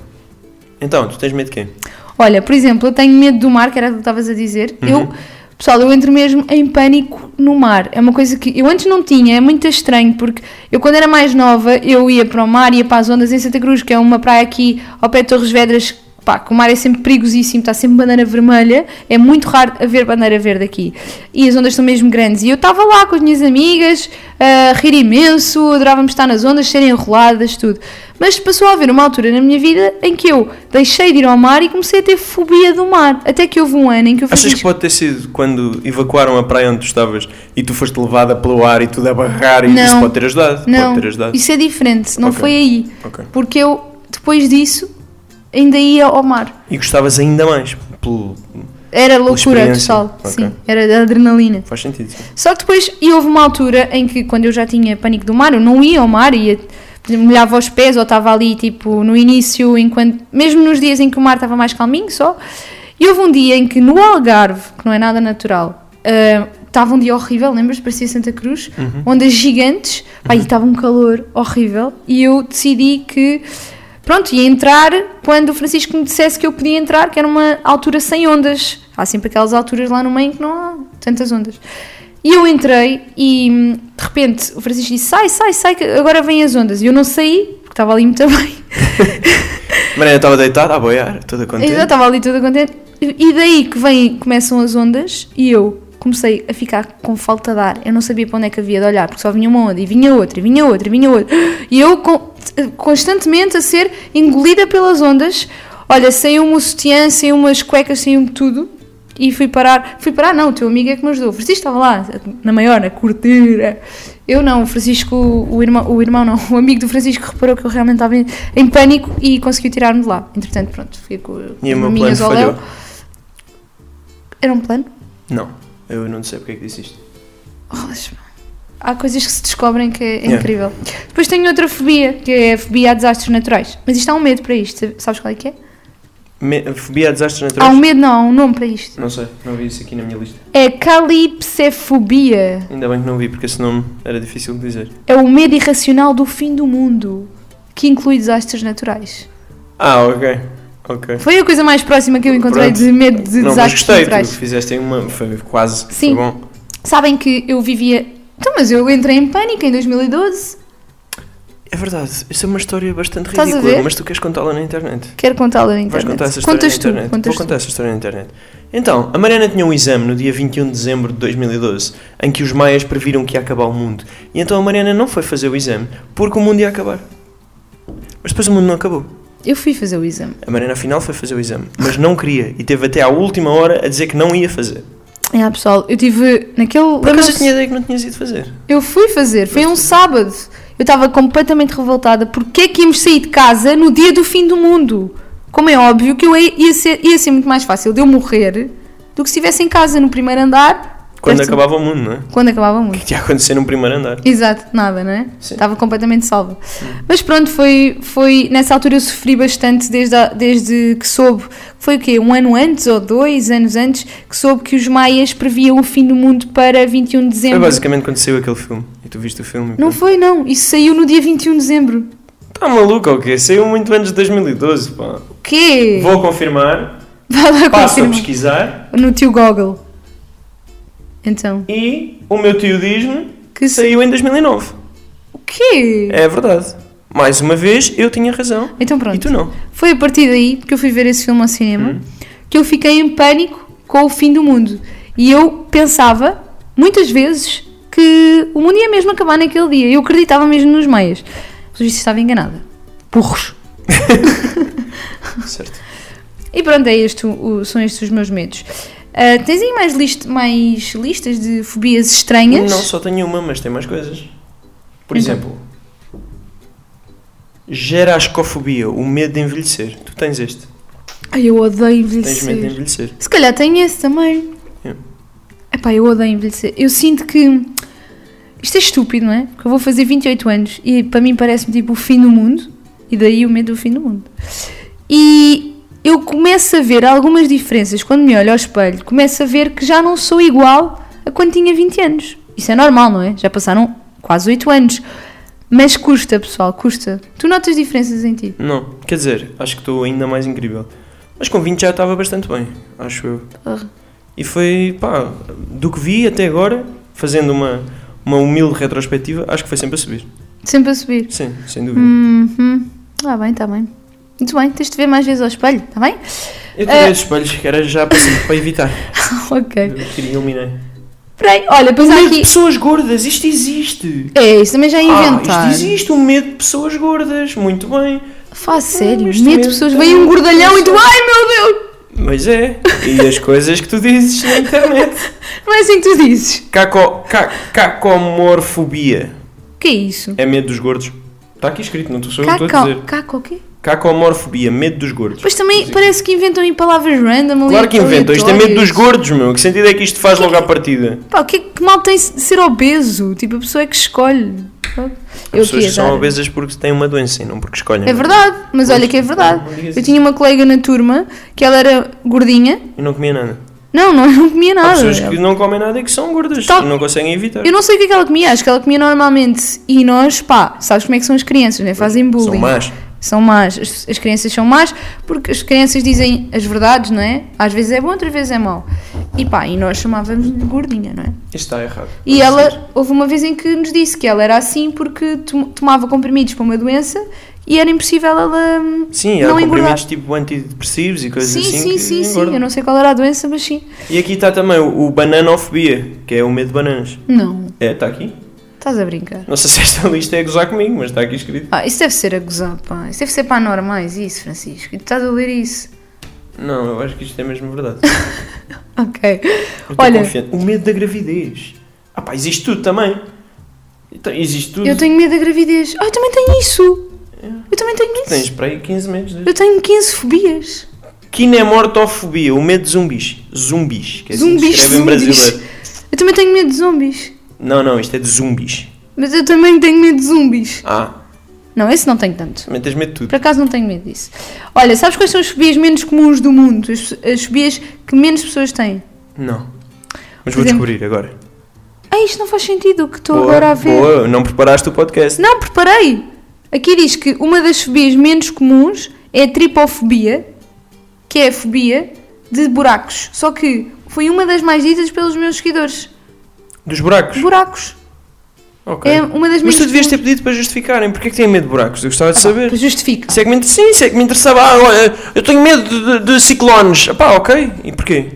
Speaker 1: Então, tu tens medo de quê?
Speaker 2: Olha, por exemplo, eu tenho medo do mar, que era o que estavas a dizer. Eu, pessoal, eu entro mesmo em pânico no mar. É uma coisa que eu antes não tinha, é muito estranho, porque eu quando era mais nova, eu ia para o mar, ia para as ondas em Santa Cruz, que é uma praia aqui ao pé de Torres Vedras, pá, que o mar é sempre perigosíssimo, está sempre bandeira vermelha, é muito raro haver bandeira verde aqui. E as ondas são mesmo grandes. E eu estava lá com as minhas amigas, a rir imenso, adorávamos estar nas ondas, serem enroladas, tudo. Mas passou a haver uma altura na minha vida em que eu deixei de ir ao mar e comecei a ter fobia do mar. Até que houve um ano em que eu fiz.
Speaker 1: Achas que pode ter sido quando evacuaram a praia onde tu estavas e tu foste levada pelo ar e tudo a barrar e
Speaker 2: Não.
Speaker 1: isso pode ter ajudado?
Speaker 2: Não,
Speaker 1: Pode ter ajudado.
Speaker 2: isso é diferente, não
Speaker 1: Ok.
Speaker 2: foi aí.
Speaker 1: Ok.
Speaker 2: Porque eu, depois disso, ainda ia ao mar.
Speaker 1: E gostavas ainda mais pelo...
Speaker 2: Era loucura
Speaker 1: experiência.
Speaker 2: total,
Speaker 1: Ok.
Speaker 2: sim, era adrenalina.
Speaker 1: Faz sentido. sim.
Speaker 2: Só que depois e houve uma altura em que, quando eu já tinha pânico do mar, eu não ia ao mar, ia, por exemplo, molhava os pés ou estava ali, tipo, no início, enquanto, mesmo nos dias em que o mar estava mais calminho só. E houve um dia em que no Algarve, que não é nada natural, ah, estava um dia horrível, lembras? Parecia Santa Cruz, ondas gigantes, pá, e estava um calor horrível, e eu decidi que. Pronto, ia entrar quando o Francisco me dissesse que eu podia entrar, que era uma altura sem ondas. Há sempre aquelas alturas lá no meio em que não há tantas ondas. E eu entrei e hum, de repente o Francisco disse: sai, sai, sai, que agora vêm as ondas. E eu não saí, porque estava ali muito bem.
Speaker 1: Maria, eu estava deitada a boiar, toda contente.
Speaker 2: Eu estava ali toda contente. E e daí que vem, começam as ondas e eu comecei a ficar com falta de ar. Eu não sabia para onde é que havia de olhar, porque só vinha uma onda e vinha outra, e vinha outra, e vinha outra. E eu con- constantemente a ser engolida pelas ondas. Olha, saiu-me o sutiã, saiu umas cuecas, saiu-me tudo. E fui parar, fui parar, não, o teu amigo é que me ajudou. O Francisco estava lá, na maior, na curtira. Eu não, o Francisco, o irmão, o irmão não, o amigo do Francisco reparou que eu realmente estava em, em pânico e conseguiu tirar-me de lá. Entretanto, pronto, fui com
Speaker 1: E o meu
Speaker 2: minhas
Speaker 1: plano
Speaker 2: ao Léo.
Speaker 1: falhou.
Speaker 2: Era um plano?
Speaker 1: Não, eu não sei porque é que disse isto.
Speaker 2: Rolas. Há coisas que se descobrem que é
Speaker 1: Yeah.
Speaker 2: incrível. Depois tenho outra fobia, que é a fobia a desastres naturais. Mas isto há um medo para isto, sabes qual é que é?
Speaker 1: Me- Fobia a desastres
Speaker 2: Há
Speaker 1: naturais?
Speaker 2: um medo, não, há um nome para isto.
Speaker 1: Não sei, não vi isso aqui na minha lista.
Speaker 2: É calipsefobia.
Speaker 1: Ainda bem que não vi, porque esse nome era difícil de dizer.
Speaker 2: É o medo irracional do fim do mundo, que inclui desastres naturais.
Speaker 1: Ah, ok. Ok.
Speaker 2: Foi a coisa mais próxima que eu encontrei
Speaker 1: Pronto.
Speaker 2: de medo de
Speaker 1: não, mas
Speaker 2: desastres
Speaker 1: gostei,
Speaker 2: naturais.
Speaker 1: tu fizeste aí uma. Foi quase. foi
Speaker 2: Sim.
Speaker 1: bom.
Speaker 2: Sabem que eu vivia. Então, mas eu entrei em pânico em 2012.
Speaker 1: É verdade, isso é uma história bastante
Speaker 2: Estás a
Speaker 1: ridícula,
Speaker 2: ver?
Speaker 1: mas tu queres contá-la na internet.
Speaker 2: Quero contá-la na
Speaker 1: Vais
Speaker 2: internet.
Speaker 1: contar essa história
Speaker 2: contas
Speaker 1: na
Speaker 2: tu,
Speaker 1: internet.
Speaker 2: contas
Speaker 1: Vou contar essa história na internet. Então, a Mariana tinha um exame no dia 21 de dezembro de 2012 em que os maias previram que ia acabar o mundo. E então a Mariana não foi fazer o exame porque o mundo ia acabar. Mas depois o mundo não acabou.
Speaker 2: tu. Eu fui fazer o exame.
Speaker 1: A Mariana afinal foi fazer o exame, mas não queria e teve até à última hora a dizer que não ia fazer.
Speaker 2: É, pessoal, eu tive naquele.
Speaker 1: Mas eu
Speaker 2: lembram-se?
Speaker 1: tinha ideia que não tinhas ido fazer.
Speaker 2: Eu fui fazer, foi um sábado. Eu estava completamente revoltada. Porquê é que íamos sair de casa no dia do fim do mundo? Como é óbvio que eu ia ia ser, ia ser muito mais fácil de eu morrer do que se estivesse em casa no primeiro andar.
Speaker 1: Quando
Speaker 2: perto-
Speaker 1: acabava o mundo, não é?
Speaker 2: Quando acabava o
Speaker 1: O
Speaker 2: mundo.
Speaker 1: que é que ia acontecer num primeiro andar?
Speaker 2: Exato, nada, não é?
Speaker 1: Sim.
Speaker 2: Estava completamente salva. Mas pronto, foi, foi. Nessa altura eu sofri bastante desde, a- desde que soube. Foi o quê? Um ano antes ou dois anos antes que soube que os maias previam o fim do mundo para 21 de
Speaker 1: Foi
Speaker 2: dezembro.
Speaker 1: basicamente quando saiu aquele filme. E tu viste o filme?
Speaker 2: Não foi, não. Isso saiu no dia 21 de dezembro.
Speaker 1: Tá maluco ou quê? Saiu muito antes de 2012, pá.
Speaker 2: O quê?
Speaker 1: Vou confirmar,
Speaker 2: Vá lá
Speaker 1: passo a
Speaker 2: confirmar.
Speaker 1: pesquisar
Speaker 2: No tio Google. Então,
Speaker 1: e o meu tio diz-me
Speaker 2: Que
Speaker 1: que
Speaker 2: se-
Speaker 1: saiu em 2009.
Speaker 2: o quê?
Speaker 1: É verdade. Mais uma vez, eu tinha razão.
Speaker 2: Então pronto.
Speaker 1: E tu não. Hum.
Speaker 2: Foi a partir daí que eu fui ver esse filme ao cinema que eu fiquei em pânico com o fim do mundo. E eu pensava, muitas vezes, que o mundo ia mesmo acabar naquele dia. Eu acreditava mesmo nos meias. Mas isso estava enganada. Burros.
Speaker 1: Certo.
Speaker 2: E pronto, é este, o- o- são estes os meus medos. Ah, tens aí mais, list- mais listas de fobias estranhas?
Speaker 1: Não só tenho uma, mas tem mais coisas. Por
Speaker 2: Então.
Speaker 1: exemplo, gerascofobia, o medo de envelhecer. Tu tens este.
Speaker 2: Ai, eu odeio
Speaker 1: Tens medo de
Speaker 2: envelhecer.
Speaker 1: envelhecer.
Speaker 2: Se calhar tem esse também.
Speaker 1: É.
Speaker 2: Epá, eu odeio envelhecer. Eu sinto que. Isto é estúpido, não é? Porque eu vou fazer 28 anos e para mim parece-me tipo o fim do mundo. E daí o medo do fim do mundo. E eu começo a ver algumas diferenças quando me olho ao espelho. Começo a ver que já não sou igual a quando tinha 20 anos. Isso é normal, não é? Já passaram quase 8 anos. Mas custa, pessoal, custa. Tu notas diferenças em ti?
Speaker 1: Não, quer dizer, acho que estou ainda mais incrível. Mas com 20 já estava bastante bem, acho eu.
Speaker 2: Porra.
Speaker 1: E foi, pá, do que vi até agora, fazendo uma, uma humilde retrospectiva, acho que foi sempre a subir.
Speaker 2: Sempre a subir.
Speaker 1: Sim, sem dúvida.
Speaker 2: Uhum. Tá bem, tá bem. Muito bem, tens de te ver mais vezes ao espelho, tá bem?
Speaker 1: Eu tirei
Speaker 2: Eh.
Speaker 1: os espelhos, que era já para, para evitar. Eu
Speaker 2: ok.
Speaker 1: queria eliminar.
Speaker 2: Peraí, olha, pois
Speaker 1: O
Speaker 2: há
Speaker 1: medo de
Speaker 2: aqui.
Speaker 1: pessoas gordas, isto existe.
Speaker 2: É, isso também já é
Speaker 1: Ah,
Speaker 2: inventar.
Speaker 1: isto existe, o medo de pessoas gordas, muito bem.
Speaker 2: Faz sério,
Speaker 1: isto Ah,
Speaker 2: medo de
Speaker 1: mesmo.
Speaker 2: pessoas. Vem um gordalhão e tu, ai meu Deus!
Speaker 1: Mas é, e as coisas que tu dizes na internet.
Speaker 2: Não é assim que tu dizes.
Speaker 1: Caco, ca, cacomorfobia,
Speaker 2: O que é isso?
Speaker 1: é medo dos gordos. Está aqui escrito, não sou eu que estou a dizer.
Speaker 2: Caco, caco, o quê?
Speaker 1: Cacomorfobia, medo dos gordos.
Speaker 2: Pois também parece que inventam em palavras random.
Speaker 1: Claro que inventam, isto é medo dos gordos, meu. Que sentido é que isto faz
Speaker 2: Um Que-
Speaker 1: logo à partida?
Speaker 2: Pá, o que, é que mal tem de ser obeso? Tipo, a pessoa é que escolhe.
Speaker 1: As pessoas
Speaker 2: queria
Speaker 1: que são
Speaker 2: dar-
Speaker 1: obesas porque têm uma doença e não porque escolhem.
Speaker 2: É verdade, mas olha que é verdade.
Speaker 1: não digas
Speaker 2: Eu
Speaker 1: isso.
Speaker 2: tinha uma colega na turma que ela era gordinha.
Speaker 1: E não comia nada.
Speaker 2: Não, não, eu não comia
Speaker 1: Há
Speaker 2: nada.
Speaker 1: pessoas que não comem nada e que são gordas
Speaker 2: Tá.
Speaker 1: e não conseguem evitar.
Speaker 2: Eu não sei o que é que ela comia, acho que ela comia normalmente. E nós, pá, sabes como é que são as crianças, né? Fazem bullying.
Speaker 1: São más.
Speaker 2: São más. As, as crianças são más porque as crianças dizem as verdades, não é? Às vezes é bom, outras vezes é mau. E pá, e nós chamávamos-lhe de gordinha, não é?
Speaker 1: Isto está errado.
Speaker 2: E ela, houve uma vez em que nos disse que ela era assim porque tom- tomava comprimidos para uma doença e era impossível ela hum,
Speaker 1: Sim, há
Speaker 2: não engordar.
Speaker 1: comprimidos tipo antidepressivos e coisas
Speaker 2: Sim,
Speaker 1: assim.
Speaker 2: sim,
Speaker 1: que
Speaker 2: sim, sim.
Speaker 1: engordam.
Speaker 2: Eu não sei qual era a doença, mas sim.
Speaker 1: E aqui está também o, o bananofobia, que é o medo de bananas.
Speaker 2: Não,
Speaker 1: É, está aqui.
Speaker 2: estás a brincar.
Speaker 1: Não sei se esta lista é a gozar comigo, mas está aqui escrito.
Speaker 2: Pá, Ah, isso deve ser a gozar, pá. Isso deve ser para normais, isso, Francisco. E tu estás a ler isso.
Speaker 1: Não, eu acho que isto é mesmo verdade.
Speaker 2: Ok.
Speaker 1: Eu estou
Speaker 2: Olha,
Speaker 1: confiante. O medo da gravidez. Ah pá, existe tudo também. Então, existe tudo.
Speaker 2: eu tenho medo da gravidez. Ah, eu também tenho isso. Eu também tenho isso.
Speaker 1: Tens para aí 15 medos.
Speaker 2: Eu tenho 15 fobias.
Speaker 1: Kinemortofobia, o medo de zumbis. Zumbis. Que é assim que
Speaker 2: Zumbis,
Speaker 1: escreve em
Speaker 2: zumbis.
Speaker 1: brasileiro.
Speaker 2: Eu também tenho medo de zombies.
Speaker 1: Não, não, isto é de zumbis.
Speaker 2: Mas eu também tenho medo de zumbis.
Speaker 1: Ah,
Speaker 2: Não, esse não tenho tanto.
Speaker 1: também tens medo de
Speaker 2: Por
Speaker 1: tudo.
Speaker 2: acaso não tenho medo disso. Olha, sabes quais são as fobias menos comuns do mundo? As, as fobias que menos pessoas têm.
Speaker 1: Não. Mas
Speaker 2: Por
Speaker 1: vou
Speaker 2: exemplo-
Speaker 1: descobrir agora.
Speaker 2: Ah, isto não faz sentido o que estou
Speaker 1: Boa,
Speaker 2: agora a ver.
Speaker 1: Boa, não preparaste o podcast.
Speaker 2: Não, preparei. Aqui diz que uma das fobias menos comuns é a tripofobia, que é a fobia de buracos. Só que foi uma das mais ditas pelos meus seguidores.
Speaker 1: Dos buracos.
Speaker 2: Buracos.
Speaker 1: Ok.
Speaker 2: É uma
Speaker 1: Mas
Speaker 2: das minhas Ah,
Speaker 1: tu devias ter pedido para justificarem. Porquê é que têm medo de buracos? Eu gostava de saber.
Speaker 2: Pois Justifica.
Speaker 1: Se é que me, inter- sim, se é que me interessava. Ah, olha, eu tenho medo de, de- de ciclones. Ah pá, ok. E porquê?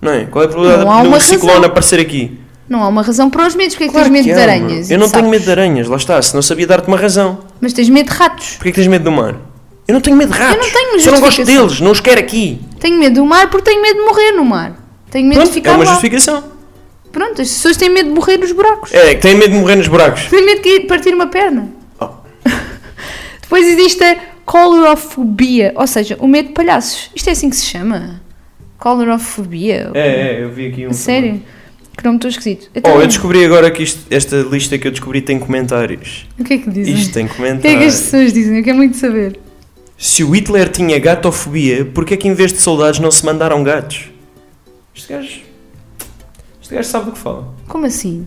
Speaker 1: Não é? Qual é a probabilidade
Speaker 2: Não há
Speaker 1: de um
Speaker 2: uma
Speaker 1: ciclone
Speaker 2: razão.
Speaker 1: aparecer aqui?
Speaker 2: Não há uma razão para os medos. Porquê é que
Speaker 1: é- Claro
Speaker 2: tens medo
Speaker 1: que
Speaker 2: de
Speaker 1: há,
Speaker 2: aranhas?
Speaker 1: mano. Eu não
Speaker 2: Sabes?
Speaker 1: tenho medo de aranhas, lá está. Se não sabia dar-te uma razão.
Speaker 2: Mas tens medo de ratos.
Speaker 1: Porquê é que tens medo do mar? Eu não tenho medo de ratos.
Speaker 2: não tenho
Speaker 1: Só não gosto
Speaker 2: justificação.
Speaker 1: deles, não os quero aqui.
Speaker 2: Tenho medo do mar porque tenho medo de morrer no mar. Tenho medo de
Speaker 1: Pronto,
Speaker 2: ficar
Speaker 1: é uma
Speaker 2: lá.
Speaker 1: justificação.
Speaker 2: Pronto, as pessoas têm medo de morrer nos buracos.
Speaker 1: É, que têm medo de morrer nos buracos.
Speaker 2: Têm medo de partir uma perna.
Speaker 1: Oh.
Speaker 2: Depois existe a colorofobia, ou seja, o medo de palhaços. Isto é assim que se chama? Colorofobia?
Speaker 1: É, é, eu vi aqui um.
Speaker 2: A Sério? Que nome estou esquisito. Então,
Speaker 1: Oh, eu descobri agora que isto- esta lista que eu descobri tem comentários.
Speaker 2: O que é que dizem?
Speaker 1: Isto tem
Speaker 2: O que é que as
Speaker 1: comentários.
Speaker 2: pessoas dizem? Eu quero muito saber.
Speaker 1: Se o Hitler tinha gatofobia, porquê é que em vez de soldados não se mandaram gatos? Este gajo. Este gajo sabe do que fala.
Speaker 2: Como assim?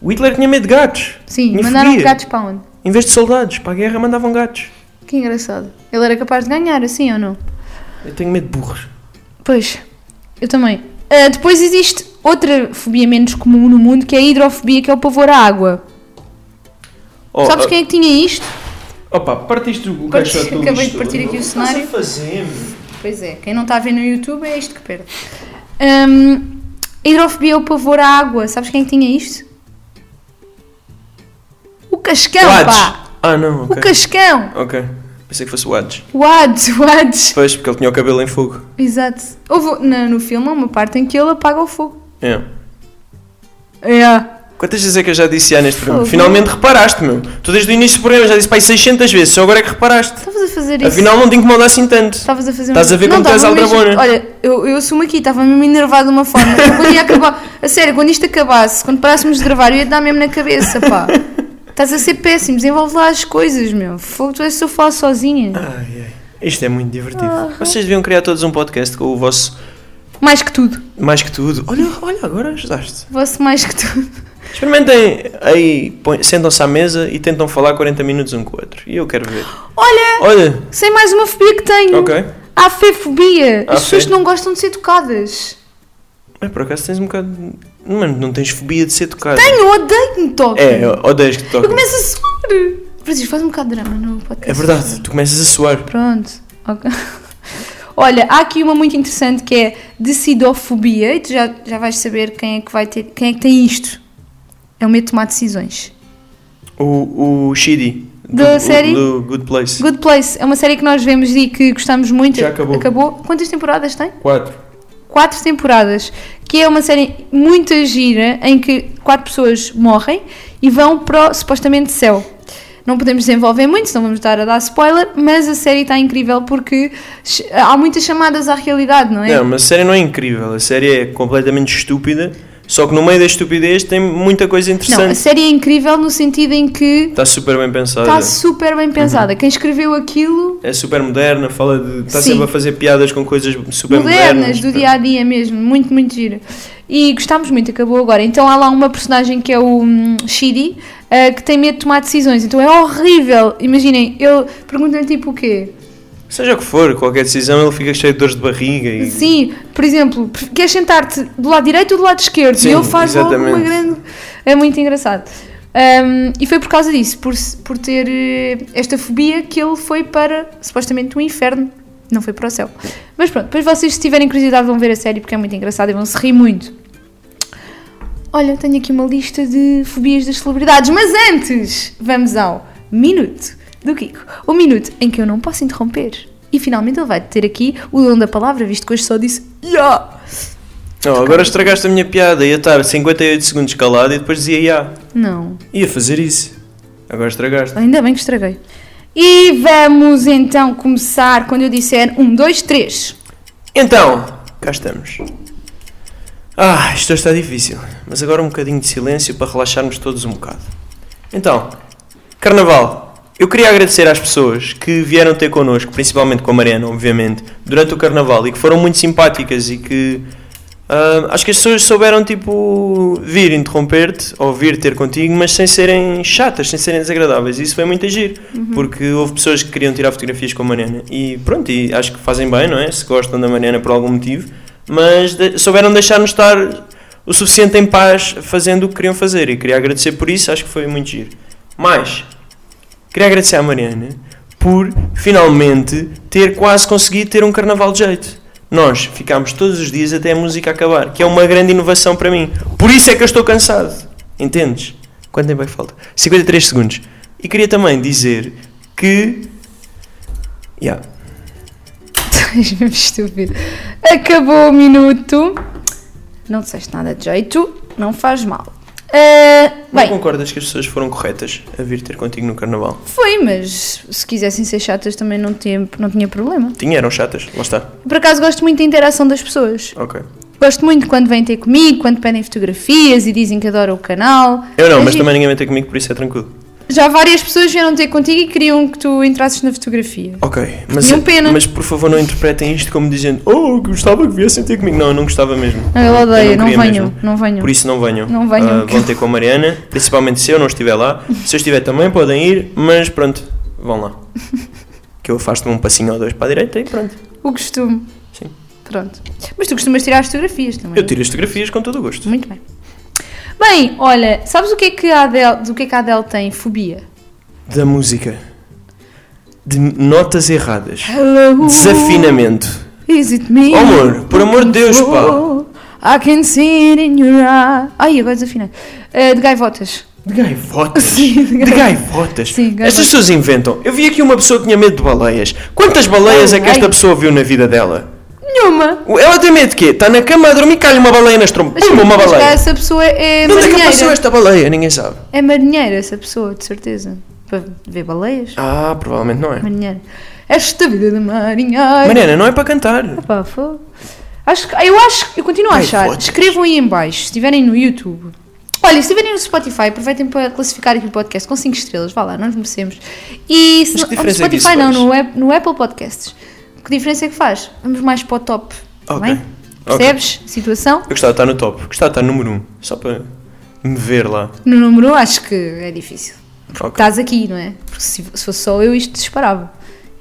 Speaker 1: O Hitler tinha medo de gatos.
Speaker 2: Sim,
Speaker 1: Tinha
Speaker 2: mandaram
Speaker 1: fobia.
Speaker 2: gatos para onde?
Speaker 1: Em vez de soldados, para a guerra mandavam gatos.
Speaker 2: Que engraçado. Ele era capaz de ganhar, assim ou não?
Speaker 1: Eu tenho medo de burros.
Speaker 2: Pois, eu também. Ah, depois existe outra fobia menos comum no mundo, que é a hidrofobia, que é o pavor à água.
Speaker 1: Oh,
Speaker 2: Sabes
Speaker 1: oh,
Speaker 2: quem é que tinha isto?
Speaker 1: Opa, partiste o
Speaker 2: Parti-
Speaker 1: caixote do
Speaker 2: acabei
Speaker 1: lixo
Speaker 2: de partir
Speaker 1: todo.
Speaker 2: aqui o
Speaker 1: que estás a
Speaker 2: cenário.
Speaker 1: fazer, meu?
Speaker 2: Pois é, quem não está a ver no YouTube é isto que perde. Hum, a hidrofobia é o pavor à água. Sabes quem é que tinha isto? O Cascão, pá!
Speaker 1: Ades. Ah, não, ok.
Speaker 2: O Cascão!
Speaker 1: Ok. Pensei que fosse o Hades.
Speaker 2: O Ades, o Ades.
Speaker 1: Pois, porque ele tinha o cabelo em fogo.
Speaker 2: Exato. Houve, na- no filme há uma parte em que ele apaga o fogo.
Speaker 1: É.
Speaker 2: É.
Speaker 1: Quantas vezes é que eu já disse já neste programa?
Speaker 2: Fogo.
Speaker 1: Finalmente reparaste, meu. Tu desde o início do programa já disse pai 600 vezes, só agora é que reparaste.
Speaker 2: Estavas a fazer isso.
Speaker 1: Afinal não te incomoda assim tanto.
Speaker 2: Estavas a fazer
Speaker 1: Estás a ver como tu és
Speaker 2: estava mesmo-
Speaker 1: aldrabona.
Speaker 2: Olha, eu, eu assumo aqui, estava mesmo enervado de uma forma. Quando ia acabar. A sério, quando isto acabasse, quando parássemos de gravar, eu ia dar mesmo na cabeça, pá. Estás a ser péssimo, desenvolve lá as coisas, meu. Fogo, tu és se eu falar sozinha.
Speaker 1: Ai, ai. Isto é muito divertido. Vocês deviam criar todos um podcast com o vosso
Speaker 2: Mais que tudo.
Speaker 1: mais que tudo. Olha, olha, agora ajudaste.
Speaker 2: Você mais que tudo.
Speaker 1: Experimentem aí, põe- sentam-se à mesa e tentam falar 40 minutos um com o outro. E eu quero ver.
Speaker 2: Olha,
Speaker 1: Olha,
Speaker 2: sei mais uma fobia que tenho.
Speaker 1: ok.
Speaker 2: Há fefobia.
Speaker 1: Há
Speaker 2: As pessoas
Speaker 1: fe.
Speaker 2: que não gostam de ser tocadas.
Speaker 1: É, por acaso tens um bocado. de- Mano, não tens fobia de ser tocado.
Speaker 2: Tenho, odeio que me toquem.
Speaker 1: É, odeias que te
Speaker 2: Eu
Speaker 1: toquem.
Speaker 2: começo a suar. Francisco, faz um bocado de drama no podcast.
Speaker 1: É verdade, tu começas a suar.
Speaker 2: Pronto. ok. Olha, há aqui uma muito interessante que é decidofobia e tu já, já vais saber quem é que vai ter, quem é que tem isto. É o medo de tomar decisões.
Speaker 1: O, o Shidi do,
Speaker 2: Da
Speaker 1: o-
Speaker 2: série?
Speaker 1: do Good Place.
Speaker 2: Good Place é uma série que nós vemos e que gostamos muito.
Speaker 1: Já acabou.
Speaker 2: Quantas temporadas tem?
Speaker 1: 4.
Speaker 2: Quatro temporadas. Que é uma série muito gira em que quatro pessoas morrem e vão para o supostamente céu. Não podemos desenvolver muito, senão vamos estar a dar spoiler, mas a série está incrível porque ch- há muitas chamadas à realidade, não é?
Speaker 1: Não, mas a série não é incrível, a série é completamente estúpida, só que no meio da estupidez tem muita coisa
Speaker 2: Não, a
Speaker 1: interessante.
Speaker 2: série é incrível no sentido em que
Speaker 1: Está super bem pensada.
Speaker 2: está super bem pensada.
Speaker 1: Uhum.
Speaker 2: Quem escreveu aquilo,
Speaker 1: É super moderna, fala de. Está
Speaker 2: Sim.
Speaker 1: sempre a fazer piadas com coisas super
Speaker 2: modernas,
Speaker 1: modernas.
Speaker 2: do dia a dia mesmo, muito, muito giro. E gostámos muito, acabou agora. Então há lá uma personagem que é o hum, Shiri, eh, que tem medo de tomar decisões. Então é horrível. Imaginem, eu pergunto-lhe tipo o quê?
Speaker 1: Seja o que for, qualquer decisão ele fica cheio de dores de barriga e.
Speaker 2: Sim, por exemplo, pre- queres sentar-te do lado direito ou do lado esquerdo?
Speaker 1: Sim,
Speaker 2: e ele faz logo uma
Speaker 1: exatamente.
Speaker 2: grande. É muito engraçado. Um, e foi por causa disso, por, se- por ter eh, esta fobia, que ele foi para supostamente o inferno. Não foi para o céu. Mas pronto, depois vocês, se tiverem curiosidade, vão ver a série porque é muito engraçado e vão se rir muito. Olha, tenho aqui uma lista de fobias das celebridades, mas antes vamos ao minuto do Kiko. O minuto em que eu não posso interromper. E finalmente ele vai ter aqui o dom da palavra, visto que hoje só disse "Ya".
Speaker 1: Não, agora estragaste a minha piada, ia estar 58 segundos calado e depois dizia ya.
Speaker 2: Não,
Speaker 1: Ia fazer isso. Agora estragaste.
Speaker 2: ainda bem que estraguei. E vamos então começar quando eu disser um, dois, três.
Speaker 1: Então, cá estamos. Ah, isto hoje está difícil, mas agora um bocadinho de silêncio para relaxarmos todos um bocado. Então, Carnaval, eu queria agradecer às pessoas que vieram ter connosco, principalmente com a Mariana, obviamente, durante o Carnaval e que foram muito simpáticas e que ah, acho que as pessoas souberam, tipo, vir interromper-te ou vir ter contigo, mas sem serem chatas, sem serem desagradáveis. E isso foi muito agir, porque houve pessoas que queriam tirar fotografias com a Mariana e pronto, e acho que fazem bem, não é? Se gostam da Mariana por algum motivo, mas de- souberam deixar-nos estar o suficiente em paz fazendo o que queriam fazer e queria agradecer por isso, acho que foi muito giro. Mas queria agradecer à Mariana por finalmente ter quase conseguido ter um carnaval de jeito. Nós ficámos todos os dias até a música acabar, que é uma grande inovação para mim. Por isso é que eu estou cansado. Entendes? Quanto tempo é que falta? 53 segundos. E queria também dizer que. Yeah.
Speaker 2: És mesmo estúpido. Acabou o minuto. Não disseste nada de jeito, não faz mal. Ah,
Speaker 1: Não
Speaker 2: bem,
Speaker 1: concordas que as pessoas foram corretas a vir ter contigo no carnaval?
Speaker 2: foi, mas se quisessem ser chatas também não tinha, não tinha problema.
Speaker 1: Tinha, eram chatas, lá está.
Speaker 2: Por acaso gosto muito da interação das pessoas.
Speaker 1: Ok.
Speaker 2: Gosto muito quando vêm ter comigo, quando pedem fotografias e dizem que adoram o canal.
Speaker 1: Eu não,
Speaker 2: É
Speaker 1: mas
Speaker 2: giro.
Speaker 1: também ninguém vai ter comigo, por isso é tranquilo.
Speaker 2: Já várias pessoas vieram ter contigo e queriam que tu entrasses na fotografia.
Speaker 1: Ok, mas,
Speaker 2: Tinham um pena.
Speaker 1: mas por favor não interpretem isto como dizendo Oh, gostava que viessem ter comigo. Não, eu não gostava mesmo.
Speaker 2: Não, eu odeio, não,
Speaker 1: queria
Speaker 2: venham,
Speaker 1: mesmo.
Speaker 2: não venham.
Speaker 1: Por isso não venham.
Speaker 2: Não venham.
Speaker 1: Ah, vão ter com a Mariana, principalmente se eu não estiver lá. Se eu estiver também podem ir, mas pronto, vão lá. Que eu afasto-me um passinho ou dois para a direita e pronto.
Speaker 2: O costume.
Speaker 1: Sim.
Speaker 2: Pronto. Mas tu costumas tirar as fotografias também. é?
Speaker 1: Eu tiro as fotografias com todo o gosto.
Speaker 2: Muito bem. Bem, olha, sabes o que é que a Adele, do que é que a Adele tem fobia?
Speaker 1: Da música. De notas erradas.
Speaker 2: Uh!
Speaker 1: Desafinamento.
Speaker 2: Is it me?
Speaker 1: Oh, amor, por amor de Deus, pá.
Speaker 2: I can see it in your eye. Ai, agora desafinei. Eh, de gaivotas.
Speaker 1: De gaivotas.
Speaker 2: Sim, de
Speaker 1: de gaivotas.
Speaker 2: Sim, gaivotas.
Speaker 1: Estas pessoas inventam. Eu vi aqui uma pessoa que tinha medo de baleias. Quantas baleias é que esta
Speaker 2: Oh, Ai.
Speaker 1: pessoa viu na vida dela?
Speaker 2: Nenhuma.
Speaker 1: Ela tem medo de quê? Está na cama a dormir, calha uma baleia nas trompas. Pum, uma
Speaker 2: mas cá
Speaker 1: baleia.
Speaker 2: essa pessoa é
Speaker 1: De onde é que apareceu
Speaker 2: marinheira.
Speaker 1: esta baleia? Ninguém sabe.
Speaker 2: É marinheira essa pessoa, de certeza. Para ver baleias.
Speaker 1: Ah, provavelmente não é.
Speaker 2: Marinheira. Esta vida de marinheiro.
Speaker 1: Mariana, não é para cantar.
Speaker 2: Pá, fô. Acho que, eu acho, eu continuo a
Speaker 1: Ai,
Speaker 2: achar.
Speaker 1: fotos.
Speaker 2: Escrevam aí em baixo, se estiverem no YouTube. Olha, se estiverem no Spotify, aproveitem para classificar aqui o podcast com 5 estrelas, vá lá, nós merecemos. E
Speaker 1: Mas
Speaker 2: se
Speaker 1: que
Speaker 2: não, ou no
Speaker 1: diferença é que isso
Speaker 2: Spotify não,
Speaker 1: faz?
Speaker 2: no, App- no Apple Podcasts. Que diferença é que faz? Vamos mais para o top, está
Speaker 1: Ok.
Speaker 2: bem?
Speaker 1: Ok.
Speaker 2: Percebes? Situação?
Speaker 1: Eu gostava de estar no top. Gostava de estar no número 1. Só para me ver lá.
Speaker 2: No número um, acho que é difícil.
Speaker 1: Ok.
Speaker 2: Estás aqui, não é? Porque se, se fosse só eu, isto disparava.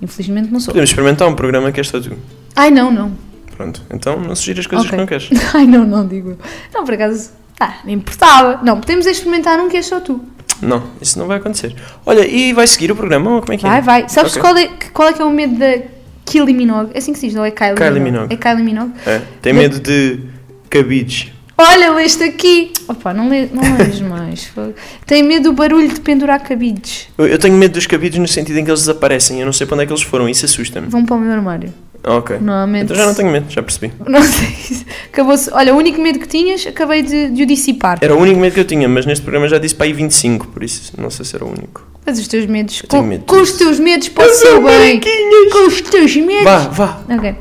Speaker 2: Infelizmente não sou.
Speaker 1: Podemos experimentar um programa que és só tu.
Speaker 2: Ai não, não.
Speaker 1: Pronto. Então não sugiras coisas
Speaker 2: Ok.
Speaker 1: que não queres.
Speaker 2: Ai, não, não digo. eu. Não, por acaso. Ah, não importava. Não, podemos experimentar um que é só tu.
Speaker 1: Não, isso não vai acontecer. Olha, e vai seguir o programa ou como é que é?
Speaker 2: Vai, vai. Sabes
Speaker 1: Ok.
Speaker 2: qual, é, que- qual é que é o medo da Kylie Minogue? É assim que se diz, não é Kylie,
Speaker 1: Kylie Minogue.
Speaker 2: É Kylie Minogue.
Speaker 1: É, tem
Speaker 2: Da-
Speaker 1: medo de cabides.
Speaker 2: Olha, leste aqui. Opa, não, le, não lees mais. fogo. Tem medo do barulho de pendurar cabides.
Speaker 1: Eu, eu tenho medo dos cabides no sentido em que eles desaparecem. Eu não sei para onde é que eles foram. Isso assusta-me.
Speaker 2: Vão para o meu armário.
Speaker 1: Ok.
Speaker 2: Normalmente.
Speaker 1: Então já não tenho medo, já percebi.
Speaker 2: Não sei. Acabou-se. Olha, o único medo que tinhas, acabei de, de o dissipar.
Speaker 1: Era o único medo que eu tinha, mas neste programa já disse para aí 25, por isso não sei se era o único.
Speaker 2: Mas os teus medos.
Speaker 1: tenho
Speaker 2: Com,
Speaker 1: medo
Speaker 2: com os teus medos, pode ser
Speaker 1: sou
Speaker 2: bem. É
Speaker 1: mariquinhas.
Speaker 2: Com os teus medos.
Speaker 1: Vá, vá.
Speaker 2: Ok.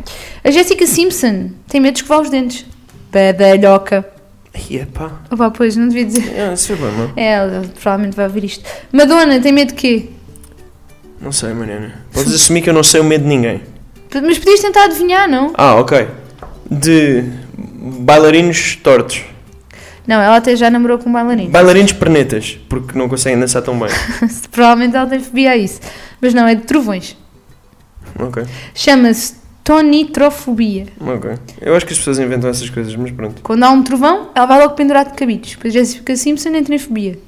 Speaker 2: A Jessica Simpson tem medo de escovar os dentes. Badalhoca.
Speaker 1: Ai, epá.
Speaker 2: Opa, pois, não devia dizer.
Speaker 1: Ah, isso foi bem, mano.
Speaker 2: É, Ela provavelmente vai ouvir isto. Madonna tem medo de quê?
Speaker 1: Não sei, Mariana. Podes assumir que eu não sei o medo de ninguém.
Speaker 2: P- Mas podias tentar adivinhar, não?
Speaker 1: Ah, ok. De bailarinos tortos.
Speaker 2: Não, ela até já namorou com um bailarino.
Speaker 1: Bailarinos pernetas, porque não conseguem dançar tão bem.
Speaker 2: provavelmente ela tem fobia a isso. Mas não, é de trovões.
Speaker 1: Ok,
Speaker 2: Chama-se tonitrofobia.
Speaker 1: ok. Eu acho que as pessoas inventam essas coisas, mas pronto.
Speaker 2: Quando há um trovão, ela vai logo pendurar de cabidos. Pois Jessica Simpson nem tem fobia.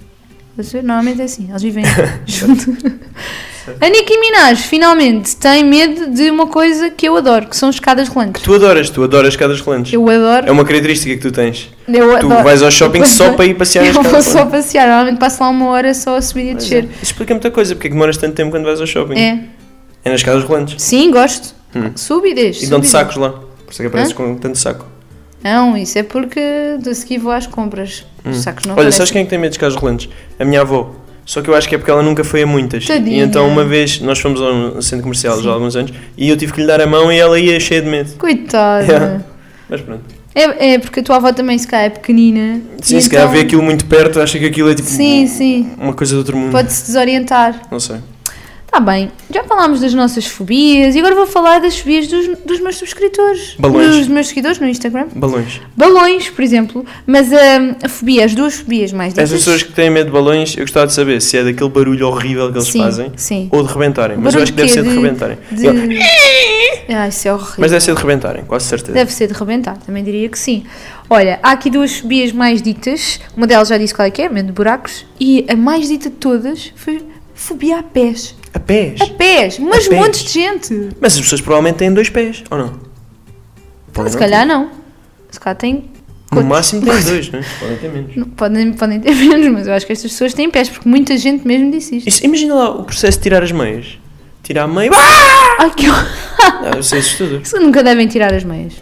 Speaker 2: Estás a ver? Normalmente é assim, eles vivem junto. A Nicki Minaj, finalmente, tem medo de uma coisa que eu adoro, que são escadas rolantes.
Speaker 1: Tu adoras, tu adoras escadas rolantes.
Speaker 2: Eu adoro.
Speaker 1: É uma característica que tu tens.
Speaker 2: eu
Speaker 1: tu
Speaker 2: adoro.
Speaker 1: vais ao shopping
Speaker 2: Eu
Speaker 1: só
Speaker 2: adoro.
Speaker 1: para ir passear
Speaker 2: Eu
Speaker 1: nas
Speaker 2: vou
Speaker 1: escadas
Speaker 2: só passear, normalmente passo lá uma hora só a subir e a
Speaker 1: Pois
Speaker 2: descer.
Speaker 1: é. Explica muita coisa, porque é que demoras tanto tempo quando vais ao shopping?
Speaker 2: É.
Speaker 1: É nas escadas rolantes.
Speaker 2: Sim, gosto.
Speaker 1: Hum.
Speaker 2: Subo e
Speaker 1: E
Speaker 2: deixo. subo
Speaker 1: dão-te
Speaker 2: e
Speaker 1: sacos lá. Por isso é que apareces com tanto saco.
Speaker 2: deixo. Não, isso é porque de seguir vou às compras. Os sacos não
Speaker 1: Olha,
Speaker 2: aparecem.
Speaker 1: sabes quem é que tem medo de escadas rolantes? A minha avó. Só que eu acho que é porque ela nunca foi a muitas.
Speaker 2: Tadinha.
Speaker 1: E então uma vez nós fomos a um centro comercial já há alguns anos e eu tive que lhe dar a mão e ela ia cheia de medo.
Speaker 2: Coitada.
Speaker 1: Yeah. Mas pronto.
Speaker 2: É, é porque a tua avó também se calhar é pequenina.
Speaker 1: Sim,
Speaker 2: e
Speaker 1: se calhar
Speaker 2: então-
Speaker 1: vê aquilo muito perto, acha que aquilo é tipo
Speaker 2: Sim, sim.
Speaker 1: uma coisa de outro mundo.
Speaker 2: Pode-se desorientar.
Speaker 1: Não sei.
Speaker 2: Tá bem, já falámos das nossas fobias e agora vou falar das fobias dos, dos meus subscritores.
Speaker 1: Balões.
Speaker 2: Dos meus seguidores no Instagram.
Speaker 1: Balões.
Speaker 2: Balões, por exemplo. Mas hum, a fobia, as duas fobias mais
Speaker 1: Essas pessoas que têm medo de balões, eu gostava de saber se é daquele barulho horrível que eles
Speaker 2: sim,
Speaker 1: fazem
Speaker 2: Sim.
Speaker 1: ou de rebentarem. Mas eu
Speaker 2: Barulho
Speaker 1: acho que deve
Speaker 2: quê?
Speaker 1: ser de,
Speaker 2: De-
Speaker 1: rebentarem. Eu-
Speaker 2: De... Ah, isso é horrível.
Speaker 1: Mas deve ser de rebentarem, quase certeza.
Speaker 2: Deve ser de rebentar, também diria que sim. Olha, há aqui duas fobias mais ditas. Uma delas já disse qual é que é, medo de buracos. E a mais dita de todas foi fobia a pés.
Speaker 1: A pés.
Speaker 2: A pés! Mas
Speaker 1: A pés.
Speaker 2: montes de gente!
Speaker 1: Mas as pessoas provavelmente têm dois pés, ou não? Podem
Speaker 2: se
Speaker 1: não
Speaker 2: calhar não. Se calhar tem.
Speaker 1: ter. No máximo têm dois, não é? Podem ter menos.
Speaker 2: Não, Podem, podem ter menos, mas eu acho que estas pessoas têm pés, porque muita gente mesmo disse isto.
Speaker 1: Isso- imagina lá o processo de tirar as meias. Tirar a meia.
Speaker 2: Ai, que horror.
Speaker 1: Ah, isso é assustador.
Speaker 2: Isso nunca devem tirar as meias.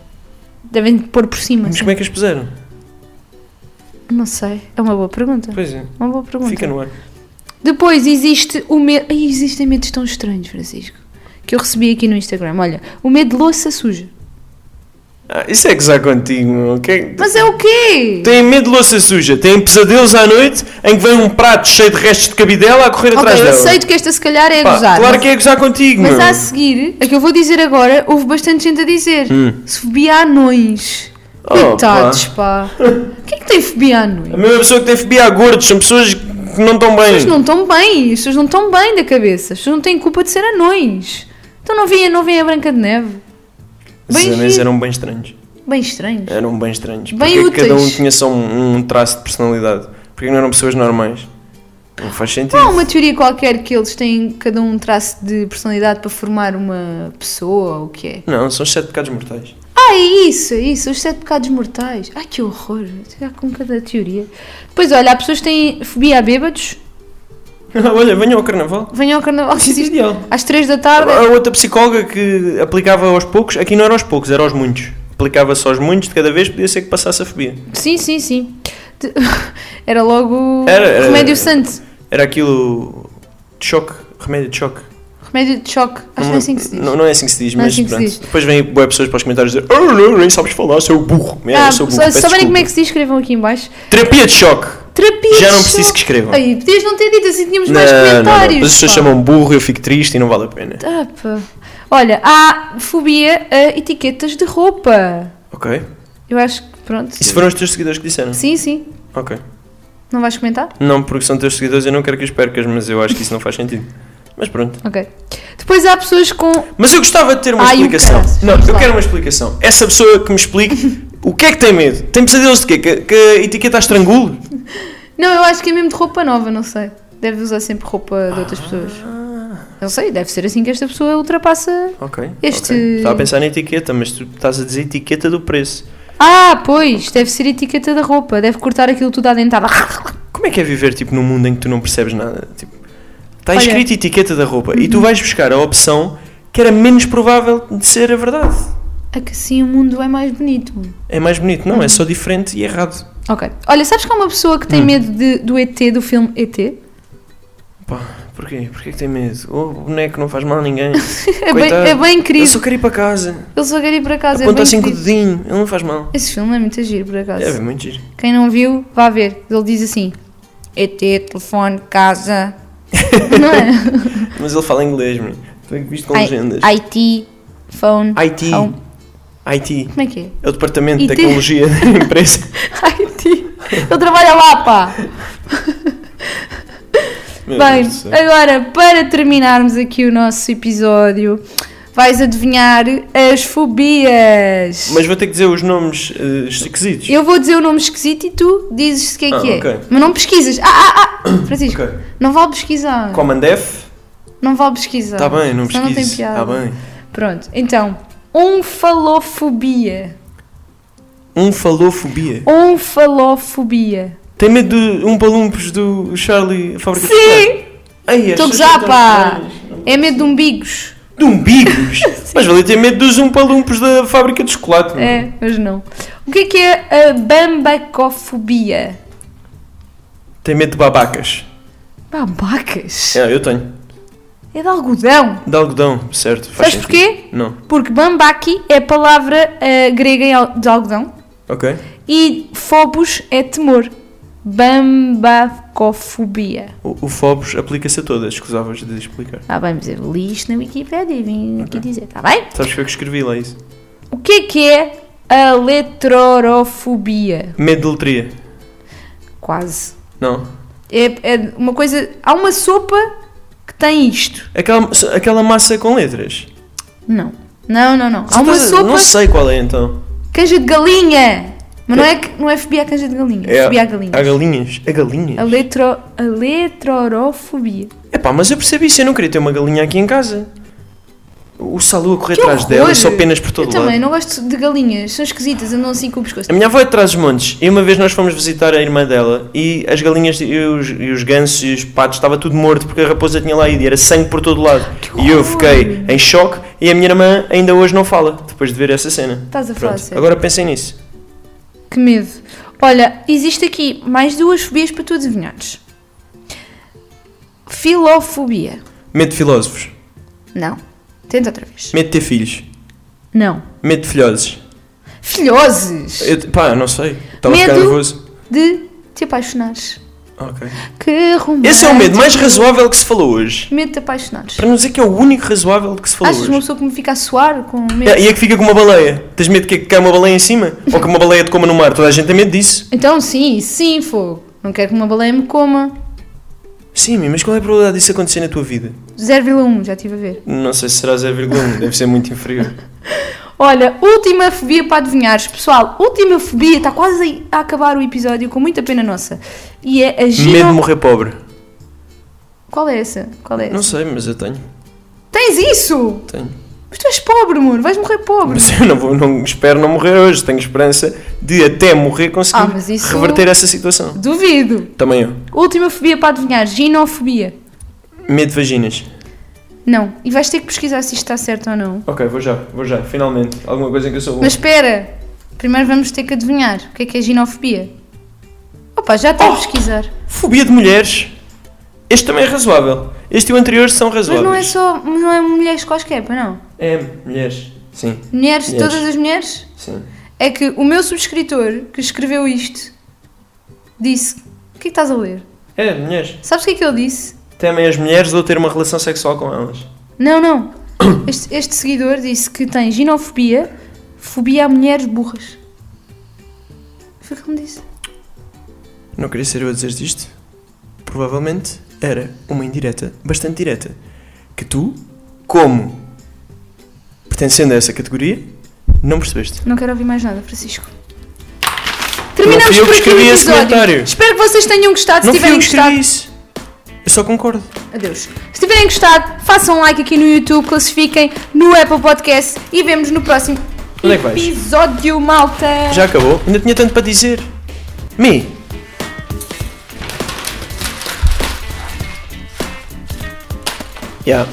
Speaker 2: Devem pôr por cima.
Speaker 1: Mas
Speaker 2: assim.
Speaker 1: como é que as puseram?
Speaker 2: Não sei. É uma boa pergunta.
Speaker 1: Pois é.
Speaker 2: Uma boa pergunta.
Speaker 1: Fica no ar.
Speaker 2: Depois existe o medo. Ai, existem medos tão estranhos, Francisco. Que eu recebi aqui no Instagram. Olha, o medo de louça suja.
Speaker 1: Ah, isso é que já contigo, meu. Quem-
Speaker 2: Mas é o quê?
Speaker 1: Têm medo de louça suja, têm pesadelos à noite em que vem um prato cheio de restos de cabidela a correr
Speaker 2: Ok,
Speaker 1: atrás
Speaker 2: eu
Speaker 1: dela.
Speaker 2: aceito que esta se calhar é a
Speaker 1: Pá,
Speaker 2: gozar.
Speaker 1: claro
Speaker 2: mas-
Speaker 1: que é gozar contigo,
Speaker 2: Mas
Speaker 1: meu.
Speaker 2: a seguir, a que eu vou dizer agora, houve bastante gente a dizer. Fobia a anões.
Speaker 1: Oh,
Speaker 2: Coitados, pá. Quem é que tem fobia a anões?
Speaker 1: A mesma pessoa que tem fobia a gordos são pessoas que não estão bem.
Speaker 2: As pessoas não estão bem, as pessoas não estão bem da cabeça, as pessoas não têm culpa de ser anões. Então não vêm não vêm a Branca de Neve.
Speaker 1: Esses
Speaker 2: Bem
Speaker 1: anões
Speaker 2: giro.
Speaker 1: eram bem estranhos.
Speaker 2: Bem estranhos.
Speaker 1: Eram bem estranhos.
Speaker 2: Bem
Speaker 1: Porque é que
Speaker 2: úteis.
Speaker 1: cada um tinha só um, um traço de personalidade. Porque não eram pessoas normais. Não faz sentido.
Speaker 2: Não há uma teoria qualquer que eles têm cada um um traço de personalidade para formar uma pessoa ou o que é?
Speaker 1: Não, são sete pecados mortais.
Speaker 2: Ah, é isso, é isso, os sete pecados mortais. Ai que horror, já com cada teoria. Depois, olha, há pessoas que têm fobia a bêbados,
Speaker 1: Olha, venham ao carnaval.
Speaker 2: venham ao carnaval que
Speaker 1: Isso é
Speaker 2: existe
Speaker 1: ideal.
Speaker 2: às três da tarde.
Speaker 1: A outra psicóloga que aplicava aos poucos, aqui não era aos poucos, era aos muitos. Aplicava-se aos muitos de cada vez, podia ser que passasse a fobia.
Speaker 2: Sim, sim, sim. De- Era logo
Speaker 1: Era, era-
Speaker 2: remédio santo.
Speaker 1: Era aquilo de choque, remédio de choque.
Speaker 2: Remédio de choque. Acho que é assim que se diz.
Speaker 1: Não, não é assim que se diz,
Speaker 2: Não é
Speaker 1: mas
Speaker 2: assim que se
Speaker 1: pronto.
Speaker 2: diz.
Speaker 1: Depois vêm boas pessoas para os comentários dizer oh, não, nem sabes falar, sou burro. Merda,
Speaker 2: ah,
Speaker 1: sou burro,
Speaker 2: só-
Speaker 1: peço
Speaker 2: se souberem como é
Speaker 1: desculpa.
Speaker 2: que se diz, escrevam aqui em baixo.
Speaker 1: Terapia de choque.
Speaker 2: Terapia
Speaker 1: Já
Speaker 2: de
Speaker 1: não preciso
Speaker 2: choque.
Speaker 1: que escrevam.
Speaker 2: Aí, podias não ter dito assim, tínhamos
Speaker 1: Não,
Speaker 2: mais
Speaker 1: não, não.
Speaker 2: comentários.
Speaker 1: Mas as pessoas
Speaker 2: pá.
Speaker 1: chamam burro, eu fico triste e não vale a pena.
Speaker 2: Ah, pá. Olha, há fobia a etiquetas de roupa.
Speaker 1: Ok.
Speaker 2: Eu acho que, pronto.
Speaker 1: Isso foram os teus seguidores que disseram?
Speaker 2: Sim, sim.
Speaker 1: Ok.
Speaker 2: Não vais comentar?
Speaker 1: Não, porque são teus seguidores, eu não quero que os percas, mas eu acho que isso não faz sentido. Mas pronto.
Speaker 2: Ok. Depois há pessoas com.
Speaker 1: Mas eu gostava de ter uma
Speaker 2: Ai, o
Speaker 1: explicação.
Speaker 2: caraças,
Speaker 1: Não,
Speaker 2: vamos
Speaker 1: eu
Speaker 2: lá.
Speaker 1: quero uma explicação. Essa pessoa que me explique o que é que tem medo. Tem pesadelos de quê? Que, que a etiqueta a estrangulo?
Speaker 2: Não, eu acho que é mesmo de roupa nova, não sei. Deve usar sempre roupa de outras pessoas. Não sei, deve ser assim que esta pessoa ultrapassa
Speaker 1: Ok.
Speaker 2: Este-
Speaker 1: ok. Estava a pensar na etiqueta, mas tu estás a dizer etiqueta do preço.
Speaker 2: Ah, pois, deve ser etiqueta da roupa, deve cortar aquilo tudo à dentada.
Speaker 1: Como é que é viver tipo num mundo em que tu não percebes nada? Tipo, está
Speaker 2: Olha. Uhum.
Speaker 1: escrito etiqueta da roupa e tu vais buscar a opção que era menos provável de ser a verdade.
Speaker 2: É que assim o mundo é mais bonito.
Speaker 1: É mais bonito,
Speaker 2: Uhum.
Speaker 1: não? É só diferente e errado.
Speaker 2: Ok. Olha, sabes que há uma pessoa que tem
Speaker 1: Hum.
Speaker 2: medo de- do ET, do filme ET?
Speaker 1: Pá, porquê? Porquê que tem medo? Oh, o boneco não faz mal a ninguém.
Speaker 2: É bem, é bem
Speaker 1: Eu
Speaker 2: querido.
Speaker 1: só quero ir para casa.
Speaker 2: Eu só quero ir para casa, é
Speaker 1: Aponta
Speaker 2: bem
Speaker 1: assim com o
Speaker 2: querido.
Speaker 1: dedinho, ele não faz mal.
Speaker 2: Esse filme é muito giro, por acaso.
Speaker 1: É, é muito giro.
Speaker 2: Quem não viu, vá ver. Ele diz assim, ET, telefone, casa... não é?
Speaker 1: Mas ele fala inglês, mano. Tu é que viste com legendas.
Speaker 2: I- IT, phone,
Speaker 1: IT.
Speaker 2: home.
Speaker 1: IT.
Speaker 2: Como é que é?
Speaker 1: É o departamento de
Speaker 2: IT.
Speaker 1: tecnologia da empresa.
Speaker 2: IT. Ele trabalha lá, pá.
Speaker 1: Meu
Speaker 2: Bem,
Speaker 1: Deus do céu.
Speaker 2: agora para terminarmos aqui o nosso episódio, vais adivinhar as fobias.
Speaker 1: Mas vou ter que dizer os nomes eh, esquisitos.
Speaker 2: Eu vou dizer o nome esquisito e tu dizes o que é
Speaker 1: Ah,
Speaker 2: que é.
Speaker 1: ok.
Speaker 2: Mas não pesquisas. Ah, ah, ah! Francisco,
Speaker 1: Ok.
Speaker 2: não vale pesquisar.
Speaker 1: Command F.
Speaker 2: Não vale pesquisar.
Speaker 1: Está Tá bem, não
Speaker 2: Senão
Speaker 1: pesquise.
Speaker 2: Tá. tem piada.
Speaker 1: Está bem.
Speaker 2: Pronto, então, onfalofobia.
Speaker 1: Onfalofobia.
Speaker 2: Onfalofobia.
Speaker 1: Um Tem medo de um palumpos do Charlie a Fábrica de Chocolate?
Speaker 2: Sim!
Speaker 1: Ai,
Speaker 2: Estou
Speaker 1: estas
Speaker 2: a gozar,
Speaker 1: são tão
Speaker 2: pá!
Speaker 1: estranhas.
Speaker 2: É medo de umbigos.
Speaker 1: De umbigos? Mas valia ter medo dos umpalumpos da fábrica de chocolate. meu.
Speaker 2: É, mas não. O que é que é a bambacofobia?
Speaker 1: Tem medo de babacas.
Speaker 2: Babacas?
Speaker 1: É, eu tenho.
Speaker 2: É de algodão.
Speaker 1: De algodão, certo. faz
Speaker 2: Sabes
Speaker 1: sentido.
Speaker 2: porquê?
Speaker 1: Não.
Speaker 2: Porque bambaki é a palavra eh, grega em al- de algodão
Speaker 1: Ok.
Speaker 2: e fobos é temor. Bambacofobia.
Speaker 1: O, o Fobos aplica-se a todas, escusavas de explicar.
Speaker 2: Ah, bem, mas eu li isto na Wikipédia e vim aqui dizer, tá bem?
Speaker 1: Sabes que eu que escrevi lá isso?
Speaker 2: O que é que é a letrorofobia?
Speaker 1: Medo de letria.
Speaker 2: Quase.
Speaker 1: Não.
Speaker 2: É, é uma coisa. Há uma sopa que tem isto.
Speaker 1: Aquela, aquela massa com letras.
Speaker 2: Não. Não, não, não. Há uma
Speaker 1: Certeza-
Speaker 2: sopa
Speaker 1: Não sei qual é então.
Speaker 2: Canja de galinha! Mas não é, que- não é fobia a canja de galinha, é fobia a galinha.
Speaker 1: Há galinhas. Há galinhas?
Speaker 2: A, letro, a letrorofobia.
Speaker 1: Epá, mas eu percebi isso, eu não queria ter uma galinha aqui em casa. O Salu a correr atrás dela e
Speaker 2: horror!
Speaker 1: só penas por todo
Speaker 2: Eu
Speaker 1: lado.
Speaker 2: também não gosto de galinhas, são esquisitas, andam assim com o pescoço.
Speaker 1: A minha avó é de Trás-os-Montes e uma vez nós fomos visitar a irmã dela e as galinhas e os, e os gansos e os patos estava tudo morto porque a raposa tinha lá ido e era sangue por todo lado. E eu
Speaker 2: horror!
Speaker 1: fiquei em choque e a minha irmã ainda hoje não fala depois de ver essa cena.
Speaker 2: Estás a falar
Speaker 1: Pronto,
Speaker 2: sério?
Speaker 1: agora pensem nisso.
Speaker 2: Que medo. Olha, existe aqui mais duas fobias para tu adivinhares. Filofobia.
Speaker 1: Medo de filósofos.
Speaker 2: Não. Tenta outra vez.
Speaker 1: Medo de ter filhos.
Speaker 2: Não.
Speaker 1: Medo de filhoses.
Speaker 2: Filhoses!
Speaker 1: Eu, pá, eu não sei. Estava a ficar
Speaker 2: Medo.
Speaker 1: nervoso.
Speaker 2: De te apaixonares.
Speaker 1: Ok.
Speaker 2: Que romântico.
Speaker 1: Esse é o medo mais razoável que se falou hoje.
Speaker 2: Medo de te apaixonares.
Speaker 1: Para não dizer que é o único razoável que se falou
Speaker 2: Achas uma
Speaker 1: hoje.
Speaker 2: pessoa que me fica a suar com medo?
Speaker 1: E é que fica com uma baleia. Tens medo que caia uma baleia em cima? Ou que uma baleia te coma no mar? Toda a gente tem medo disso.
Speaker 2: Então sim, sim, fogo. Não quero que uma baleia me coma.
Speaker 1: Sim, mas qual é a probabilidade disso acontecer na tua vida?
Speaker 2: 0,1, já estive a ver.
Speaker 1: Não sei se será 0,1, deve ser muito inferior.
Speaker 2: Olha, última fobia para adivinhares. Pessoal, última fobia, está quase aí a acabar o episódio com muita pena nossa. E é a giro...
Speaker 1: Medo de morrer pobre.
Speaker 2: Qual é essa? Qual é essa?
Speaker 1: Não sei, mas eu tenho.
Speaker 2: Tens isso!
Speaker 1: Tenho.
Speaker 2: Mas tu és pobre, amor, vais morrer pobre.
Speaker 1: Mas eu não, vou, não espero não morrer hoje. Tenho esperança de até morrer conseguir
Speaker 2: Ah, mas isso-
Speaker 1: reverter essa situação.
Speaker 2: Duvido.
Speaker 1: Também eu.
Speaker 2: Última fobia para adivinhar, ginofobia.
Speaker 1: Medo de vaginas.
Speaker 2: Não. E vais ter que pesquisar se isto está certo ou não.
Speaker 1: Ok, vou já, vou já, finalmente. Alguma coisa em que eu sou bom.
Speaker 2: Mas espera, primeiro vamos ter que adivinhar o que é que é ginofobia. Opa, já está a
Speaker 1: Oh!
Speaker 2: pesquisar.
Speaker 1: Fobia de mulheres. Este também é razoável. Este e o anterior são
Speaker 2: Mas
Speaker 1: razoáveis.
Speaker 2: não é só, não é mulheres quaisquer, pois não?
Speaker 1: É, mulheres. Sim,
Speaker 2: Mulheres,
Speaker 1: Mulheres.
Speaker 2: todas as mulheres?
Speaker 1: sim.
Speaker 2: É que o meu subscritor que escreveu isto disse: O que é que estás a ler?
Speaker 1: É, mulheres.
Speaker 2: Sabes o que é que ele disse?
Speaker 1: Também as mulheres dou ter uma relação sexual com elas.
Speaker 2: Não, não. Este, este seguidor disse que tem ginofobia, fobia a mulheres burras. Foi o que ele me disse.
Speaker 1: Não queria ser eu a dizer isto. Provavelmente era uma indireta bastante direta. Que tu, como pertencendo a essa categoria, não percebeste.
Speaker 2: Não quero ouvir mais nada, Francisco. Terminamos
Speaker 1: fui eu
Speaker 2: por
Speaker 1: que
Speaker 2: aqui o
Speaker 1: escrevi esse
Speaker 2: episódio.
Speaker 1: comentário.
Speaker 2: Espero que vocês tenham gostado. Se
Speaker 1: não fui eu
Speaker 2: tiverem
Speaker 1: que escrevi
Speaker 2: gostado,
Speaker 1: isso. Eu só concordo.
Speaker 2: adeus. Se tiverem gostado, façam like aqui no YouTube, classifiquem no Apple Podcast e vemos no próximo
Speaker 1: Onde é que vais?
Speaker 2: episódio, malta.
Speaker 1: Já acabou. Ainda tinha tanto para dizer. Mi. Yeah.